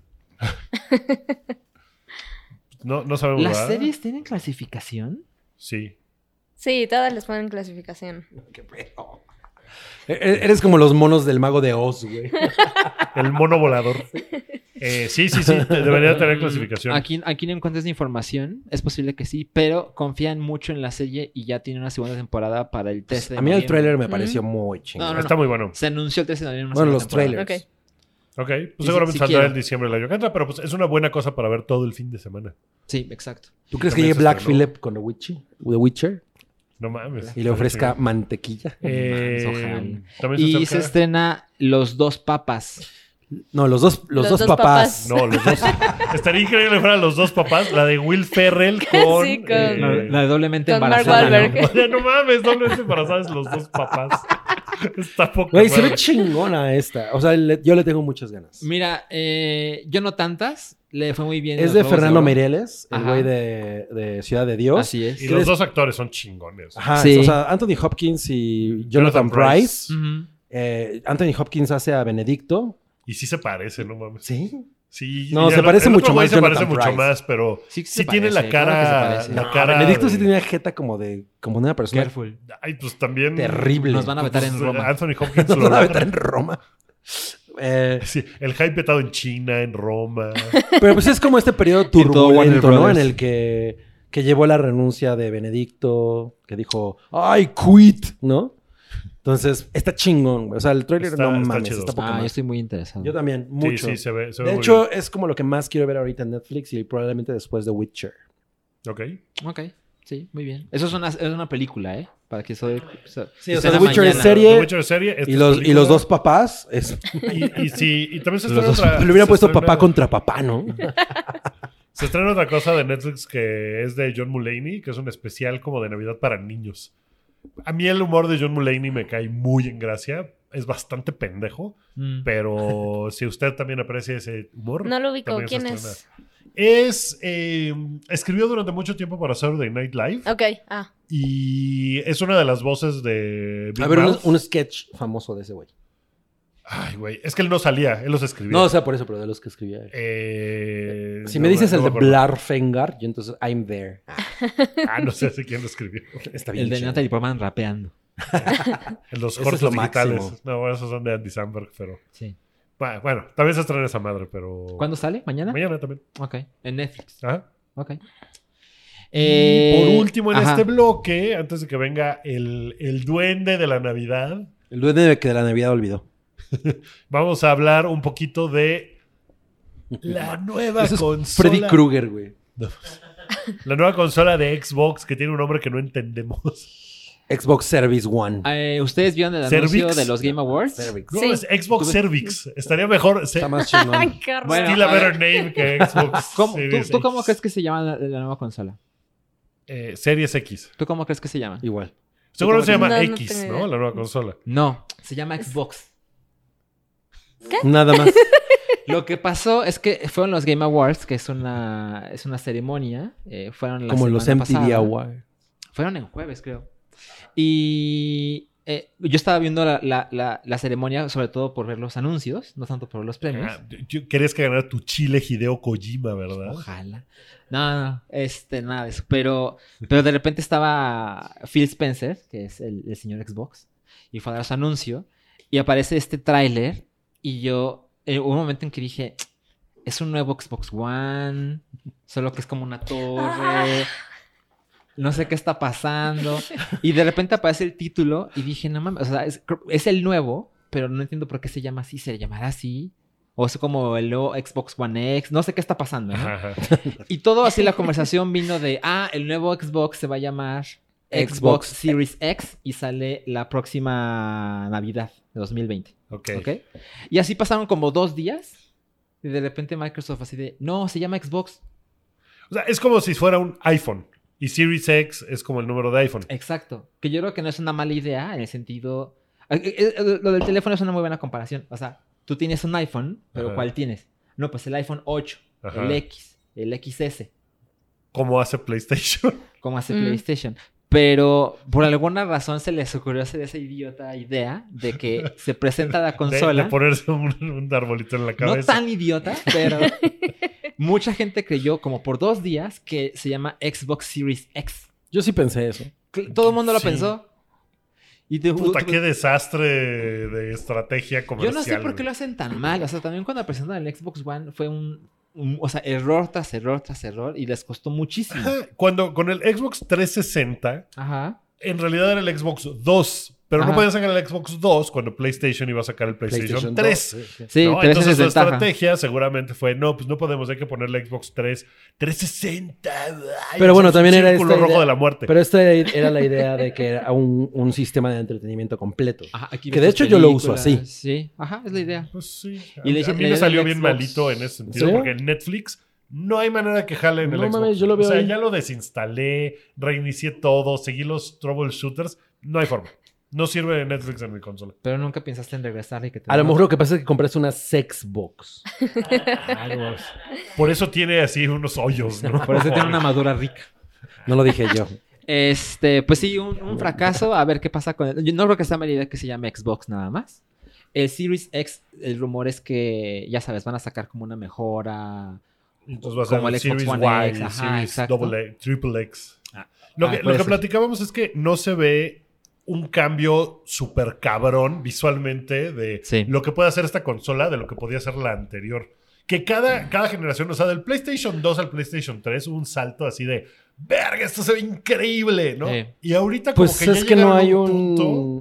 B: No, no sabemos.
C: ¿Las
B: ¿verdad?
C: series tienen clasificación?
B: Sí.
E: Sí, todas les ponen clasificación.
D: E- e- Eres como los monos del mago de Oz, güey.
B: El mono volador. Eh, sí, sí, sí. te- Debería tener
D: Mm,
B: clasificación.
C: Aquí, aquí no encuentras información, es posible que sí, pero confían mucho en la serie y ya tiene una segunda temporada para el test de
D: A mí el
C: noviembre.
D: tráiler me pareció muy chingón.
C: No, no,
B: Está muy bueno.
C: Se anunció el test de noviembre. una
D: Bueno,
C: segunda
D: los
C: temporada.
D: trailers.
E: Ok.
B: Ok.
C: sí,
B: Pues seguramente
C: sí
B: saldrá
C: quiero.
B: en diciembre la Yocanta, pero pues es una buena cosa para ver todo el fin de semana.
C: Sí, exacto.
D: ¿Tú crees que
B: También
D: llegue
B: se
D: Black
B: estrenó.
D: Phillip con The Witcher, The Witcher
B: No mames.
D: y le ofrezca Mm, mantequilla?
B: Eh,
C: Ojalá.
B: también
C: Y se
B: acerca-
C: estrena Los Dos Papas.
D: No, los dos, los
E: Los
D: dos,
E: dos
D: papás.
B: No, los dos. Estaría increíble que fueran los dos papás, la de Will Ferrell con.
E: Sí, con-
B: eh,
C: La, la de doblemente
E: Con Mark
C: embarazada. ¿no?
E: Wahlberg.
B: o sea, no mames, ¿dónde se embarazadas los dos papás? Está poco.
D: Güey, se ve chingona esta. O sea, le- yo le tengo muchas ganas.
C: Mira, eh, yo no tantas. Le fue muy bien. en
D: Es
C: los
D: de
C: Globos
D: Fernando
C: Oro.
D: Mireles, el
C: Ajá.
D: güey de, de Ciudad de Dios.
C: Así es.
B: Y los dos actores son chingones.
D: Ajá,
C: Sí.
D: o sea, Anthony Hopkins y
B: Jonathan
D: Jonathan
B: Pryce.
D: Price.
C: Ujú.
D: Eh, Anthony Hopkins hace a Benedicto.
B: Y sí se parece, no mames.
D: Sí.
B: Sí,
D: No,
B: ya
D: se
B: lo-
D: parece
B: el otro
D: mucho
B: güey
D: más
B: Se parece
D: Jonathan
B: mucho
D: Pryce.
B: más, pero
C: Sí,
B: sí
C: se
B: tiene la
C: parece, claro que se
B: cara-
C: parece.
B: la
C: No,
B: cara-
D: Benedicto sí
B: de-
D: tenía jeta como de como de una persona
C: Careful.
B: ay, pues también
D: terrible.
C: Nos van a vetar en
B: pues,
C: Roma.
B: Anthony Hopkins
D: Nos
B: lo
D: van
B: logra.
D: a vetar en Roma. Eh,
B: Sí, el hype petado en China, en Roma.
D: pero pues es como este periodo
C: todo Warner
D: turbulento, ¿no?
C: Brothers.
D: En el que, que llevó la renuncia de Benedicto, que dijo, ¡ay, quit! ¿No? Entonces, está chingón, güey. O sea, el tráiler
B: Está-
D: no
B: está
D: mames,
B: chido.
D: está poca
C: Ah, yo
D: madre.
C: estoy muy interesado.
D: Yo también,
B: Sí,
D: mucho.
B: sí, se ve. se ve
D: de
B: muy
D: hecho, es como lo que más quiero ver ahorita en Netflix y probablemente después de Witcher.
B: bien. Ok.
C: Ok, sí, muy bien. Eso es una, es una película, ¿eh? Para que soy...
D: Sí, o
C: que
D: sea,
C: sea
D: The
C: la
D: Witcher es
C: mañana.
D: serie.
B: The Witcher serie. esta
D: Y
B: Este es Este
D: los, y
B: película.
D: los dos papás. Es,
B: Y, y sí, y también se
D: los
B: estrena
D: dos,
B: otra.
D: le hubieran
B: se
D: puesto
B: estrena-
D: papá contra papá, ¿no?
B: Se estrena otra cosa de Netflix que es de John Mulaney, que es un especial como de Navidad para niños. A mí el humor de John Mulaney me cae muy en gracia. Es bastante pendejo,
C: Mm.
B: pero si usted también aprecia ese humor.
E: No lo ubico.
B: también se
E: ¿Quién
B: estrena.
E: es?
B: Es. eh, escribió durante mucho tiempo para Saturday Night Live
E: Ok, ah.
B: y es una de las voces de. Big
D: A ver, un,
B: Mouth.
D: un sketch famoso de ese güey.
B: Ay, güey. Es que él no salía, él los escribía.
D: No, o sea, por eso, pero de los que escribía. él.
B: Eh,
D: si
B: no
D: me dices
B: no
D: el
B: me
D: de
B: acuerdo.
D: Blarfengar, yo entonces I'm there. Ah,
B: Ah, no sé si quién lo escribió.
D: está bien.
C: El de
D: chido.
C: Natalie Portman rapeando.
B: Los
D: Eso es
B: cortos
D: lo
B: digitales.
D: máximo.
B: No, bueno, esos son de Andy Samberg, pero.
C: Sí.
B: Ba- Bueno, también se estrena esa madre, pero.
C: ¿Cuándo sale? ¿Mañana?
B: Mañana también.
C: Ok, en Netflix.
B: Ajá.
C: Ok.
B: Y
C: Eh,
B: por último, en
C: ajá.
B: este bloque, antes de que venga el, el duende de la Navidad,
D: El duende de que de la Navidad olvidó.
B: vamos a hablar un poquito de la nueva
D: Eso es
B: consola.
D: Freddy Krueger, güey.
B: La nueva consola de Xbox que tiene un nombre que no entendemos.
D: Xbox Service One.
C: Eh, ¿Ustedes vieron el
B: Cervix.
C: anuncio de los Game Awards?
D: Cervix.
B: No,
E: Sí.
B: es Xbox Cervix. Estaría mejor. Se,
D: Está más chingón.
E: Ay, qué horror.
C: Bueno,
B: still a
C: a ver.
B: better name que Xbox.
C: ¿Cómo- tú,
B: Series
C: tú cómo
B: X.
C: crees que se llama la, la nueva consola?
B: Eh, Series X.
C: ¿Tú cómo crees que se llama?
D: Igual.
B: Seguro
D: cómo
B: se llama
E: crees? No, no
B: X,
E: tengo
B: ¿no?
E: idea.
B: La nueva consola.
C: No, se llama Xbox.
D: Nada más.
C: Lo que pasó es que fueron los Game Awards, que es una, es una ceremonia. eh, fueron la
D: Como los
C: semana
D: MTV
C: pasada.
D: Awards.
C: Fueron en jueves, creo. Y eh, yo estaba viendo la, la- la- la ceremonia, sobre todo por ver los anuncios, no tanto por los premios.
B: Ah, yo- querías que ganara tu chile Hideo Kojima, ¿verdad?
C: Ojalá. No, no, este, nada de eso. Pero, pero de repente estaba Phil Spencer, que es el, el señor Xbox, y fue a dar su anuncio, y aparece este tráiler, y yo, eh, hubo un momento en que dije, es un nuevo Xbox One, solo que es como una torre, no sé qué está pasando, y de repente aparece el título, y dije, no mames, o sea, es, es el nuevo, pero no entiendo por qué se llama así, se llamará así. O es como el nuevo Xbox One X, no sé qué está pasando. ¿no?
B: Ajá, ajá.
C: Y todo así la conversación vino de, ah, el nuevo Xbox se va a llamar Xbox,
D: Xbox.
C: Series X y sale la próxima Navidad de 2020.
B: Ok.
C: ¿Ok? Y así pasaron como dos días y de repente Microsoft así de, no, se llama Xbox.
B: O sea, es como si fuera un iPhone. Y Series X es como el número de iPhone.
C: Exacto. Que yo creo que no es una mala idea en el sentido... eh, eh, eh, Lo del teléfono es una muy buena comparación. O sea, tú tienes un iPhone, pero
B: Ajá.
C: ¿cuál tienes? No, pues el iPhone 8,
B: Ajá.
C: el X, el XS.
B: Como hace PlayStation.
C: como hace
E: Mm.
C: PlayStation. Pero por alguna razón se les ocurrió hacer esa idiota idea de que se presenta la
B: De-
C: consola.
B: De, ponerse un, un arbolito en la
C: no
B: cabeza.
C: tan idiota, pero mucha gente creyó como por dos días que se llama Xbox Series X.
D: Yo sí pensé eso.
C: Cl- Todo el mundo lo
B: Sí.
C: pensó. Y de,
B: Puta, qué desastre de estrategia
C: yo
B: comercial.
C: no sé por qué lo hacen tan mal. O sea, también cuando presentaron el Xbox One fue un, un- o sea, error tras error tras error y les costó muchísimo.
B: Ajá. Cuando con el Xbox 360,
C: Ajá.
B: en realidad era el Xbox 2. Pero no
C: Ajá.
B: podían sacar el Xbox 2 cuando PlayStation iba a sacar el PlayStation, 3.
D: 2, sí, sí.
C: Sí,
B: ¿no?
C: pero
B: Entonces
C: esa es
B: su
C: desventaja.
B: estrategia seguramente fue, no, pues no podemos, hay que ponerle Xbox 3, 360. ay,
D: Pero bueno,
B: es un
D: también era
B: círculo
D: esta
B: rojo
D: idea-
B: de la muerte.
D: Pero esta era la idea de que era un, un sistema de entretenimiento completo.
C: Ajá, aquí
D: Que
C: ves
D: de
C: tus
D: hecho yo lo uso
C: películas.
D: así.
C: Sí, ajá, es la idea.
B: Pues sí.
C: Y
B: a,
C: le
B: a mí
C: dicen- le
B: me
C: dieron
B: salió
C: el
B: bien
C: Xbox.
B: malito en ese sentido,
D: ¿Sí?
B: porque en Netflix no hay manera que jale en el
D: No
B: Xbox.
D: mames, yo lo veo
B: o sea,
D: ahí.
B: ya lo desinstalé, reinicié todo, seguí los troubleshooters. No hay forma. No sirve de Netflix en mi consola.
C: Pero nunca pensaste en regresar y que te
D: A lo mejor lo que pasa es que compraste una Sexbox.
B: Ah, Por eso tiene así unos hoyos, ¿no?
C: Por eso tiene una madura rica.
D: No lo dije yo.
C: Este, pues sí, un, un fracaso. A ver qué pasa con él. Yo no creo que sea mala idea que se llame Xbox nada más. El Series X, el rumor es que, ya sabes, van a sacar como una mejora.
B: Entonces va a ser
C: Como el Xbox
B: Series
C: One
B: Y,
C: X, ajá,
B: Series
C: exacto.
B: double X, Triple X. Lo
C: ah,
B: que, lo
C: puede
B: que
C: ser.
B: platicábamos es que no se ve un cambio súper cabrón visualmente de
C: Sí.
B: lo que puede hacer esta consola de lo que podía hacer la anterior. Que cada, cada generación, o sea, del PlayStation 2 al PlayStation 3 hubo un salto así de, verga, esto se ve increíble, ¿no?
C: Sí.
B: Y ahorita como
D: Pues
B: que ya
D: es que no
B: llegaron a
D: hay
B: un
D: un.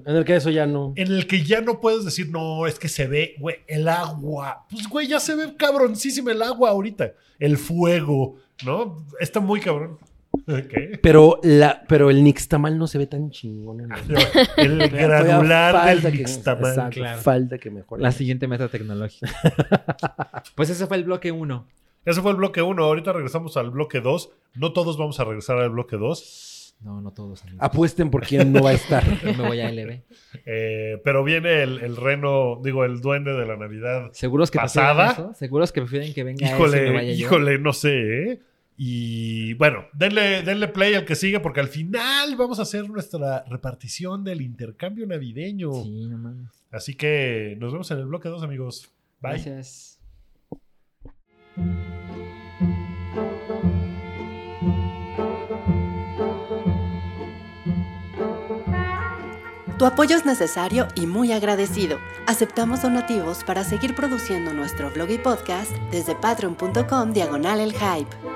B: punto Eh,
D: En el que eso ya no.
B: en el que ya no puedes decir, no, es que se ve, güey, el agua. Pues, güey, ya se ve cabroncísimo el agua ahorita. El fuego, ¿no? Está muy cabrón. Ok.
D: Pero, la, pero el nixtamal no se ve tan chingón. En el
B: El granular Ah, del mixtamal.
D: Exacto,
C: claro.
D: Falta que mejore.
C: La siguiente meta tecnológica. pues ese fue el bloque 1.
B: Ese fue el bloque 1. Ahorita regresamos al bloque 2. No todos vamos a regresar al bloque 2.
C: No, no todos. amigos.
D: Apuesten por quién no va a estar.
C: Yo me voy a LB.
B: Eh, pero viene el, el reno, digo, el duende de la Navidad.
C: ¿Seguros que
B: ¿Pasada?
C: prefieren eso? ¿Seguros que prefieren que venga ese y no
B: Híjole,
C: vaya yo?
B: híjole, no sé, ¿eh? Y bueno, denle, denle play al que sigue porque al final vamos a hacer nuestra repartición del intercambio navideño.
C: Sí, no mames.
B: Así que nos vemos en el bloque 2, amigos. Bye.
C: Gracias.
F: Tu apoyo es necesario y muy agradecido. Aceptamos donativos para seguir produciendo nuestro blog y podcast desde patreon.com diagonal el hype.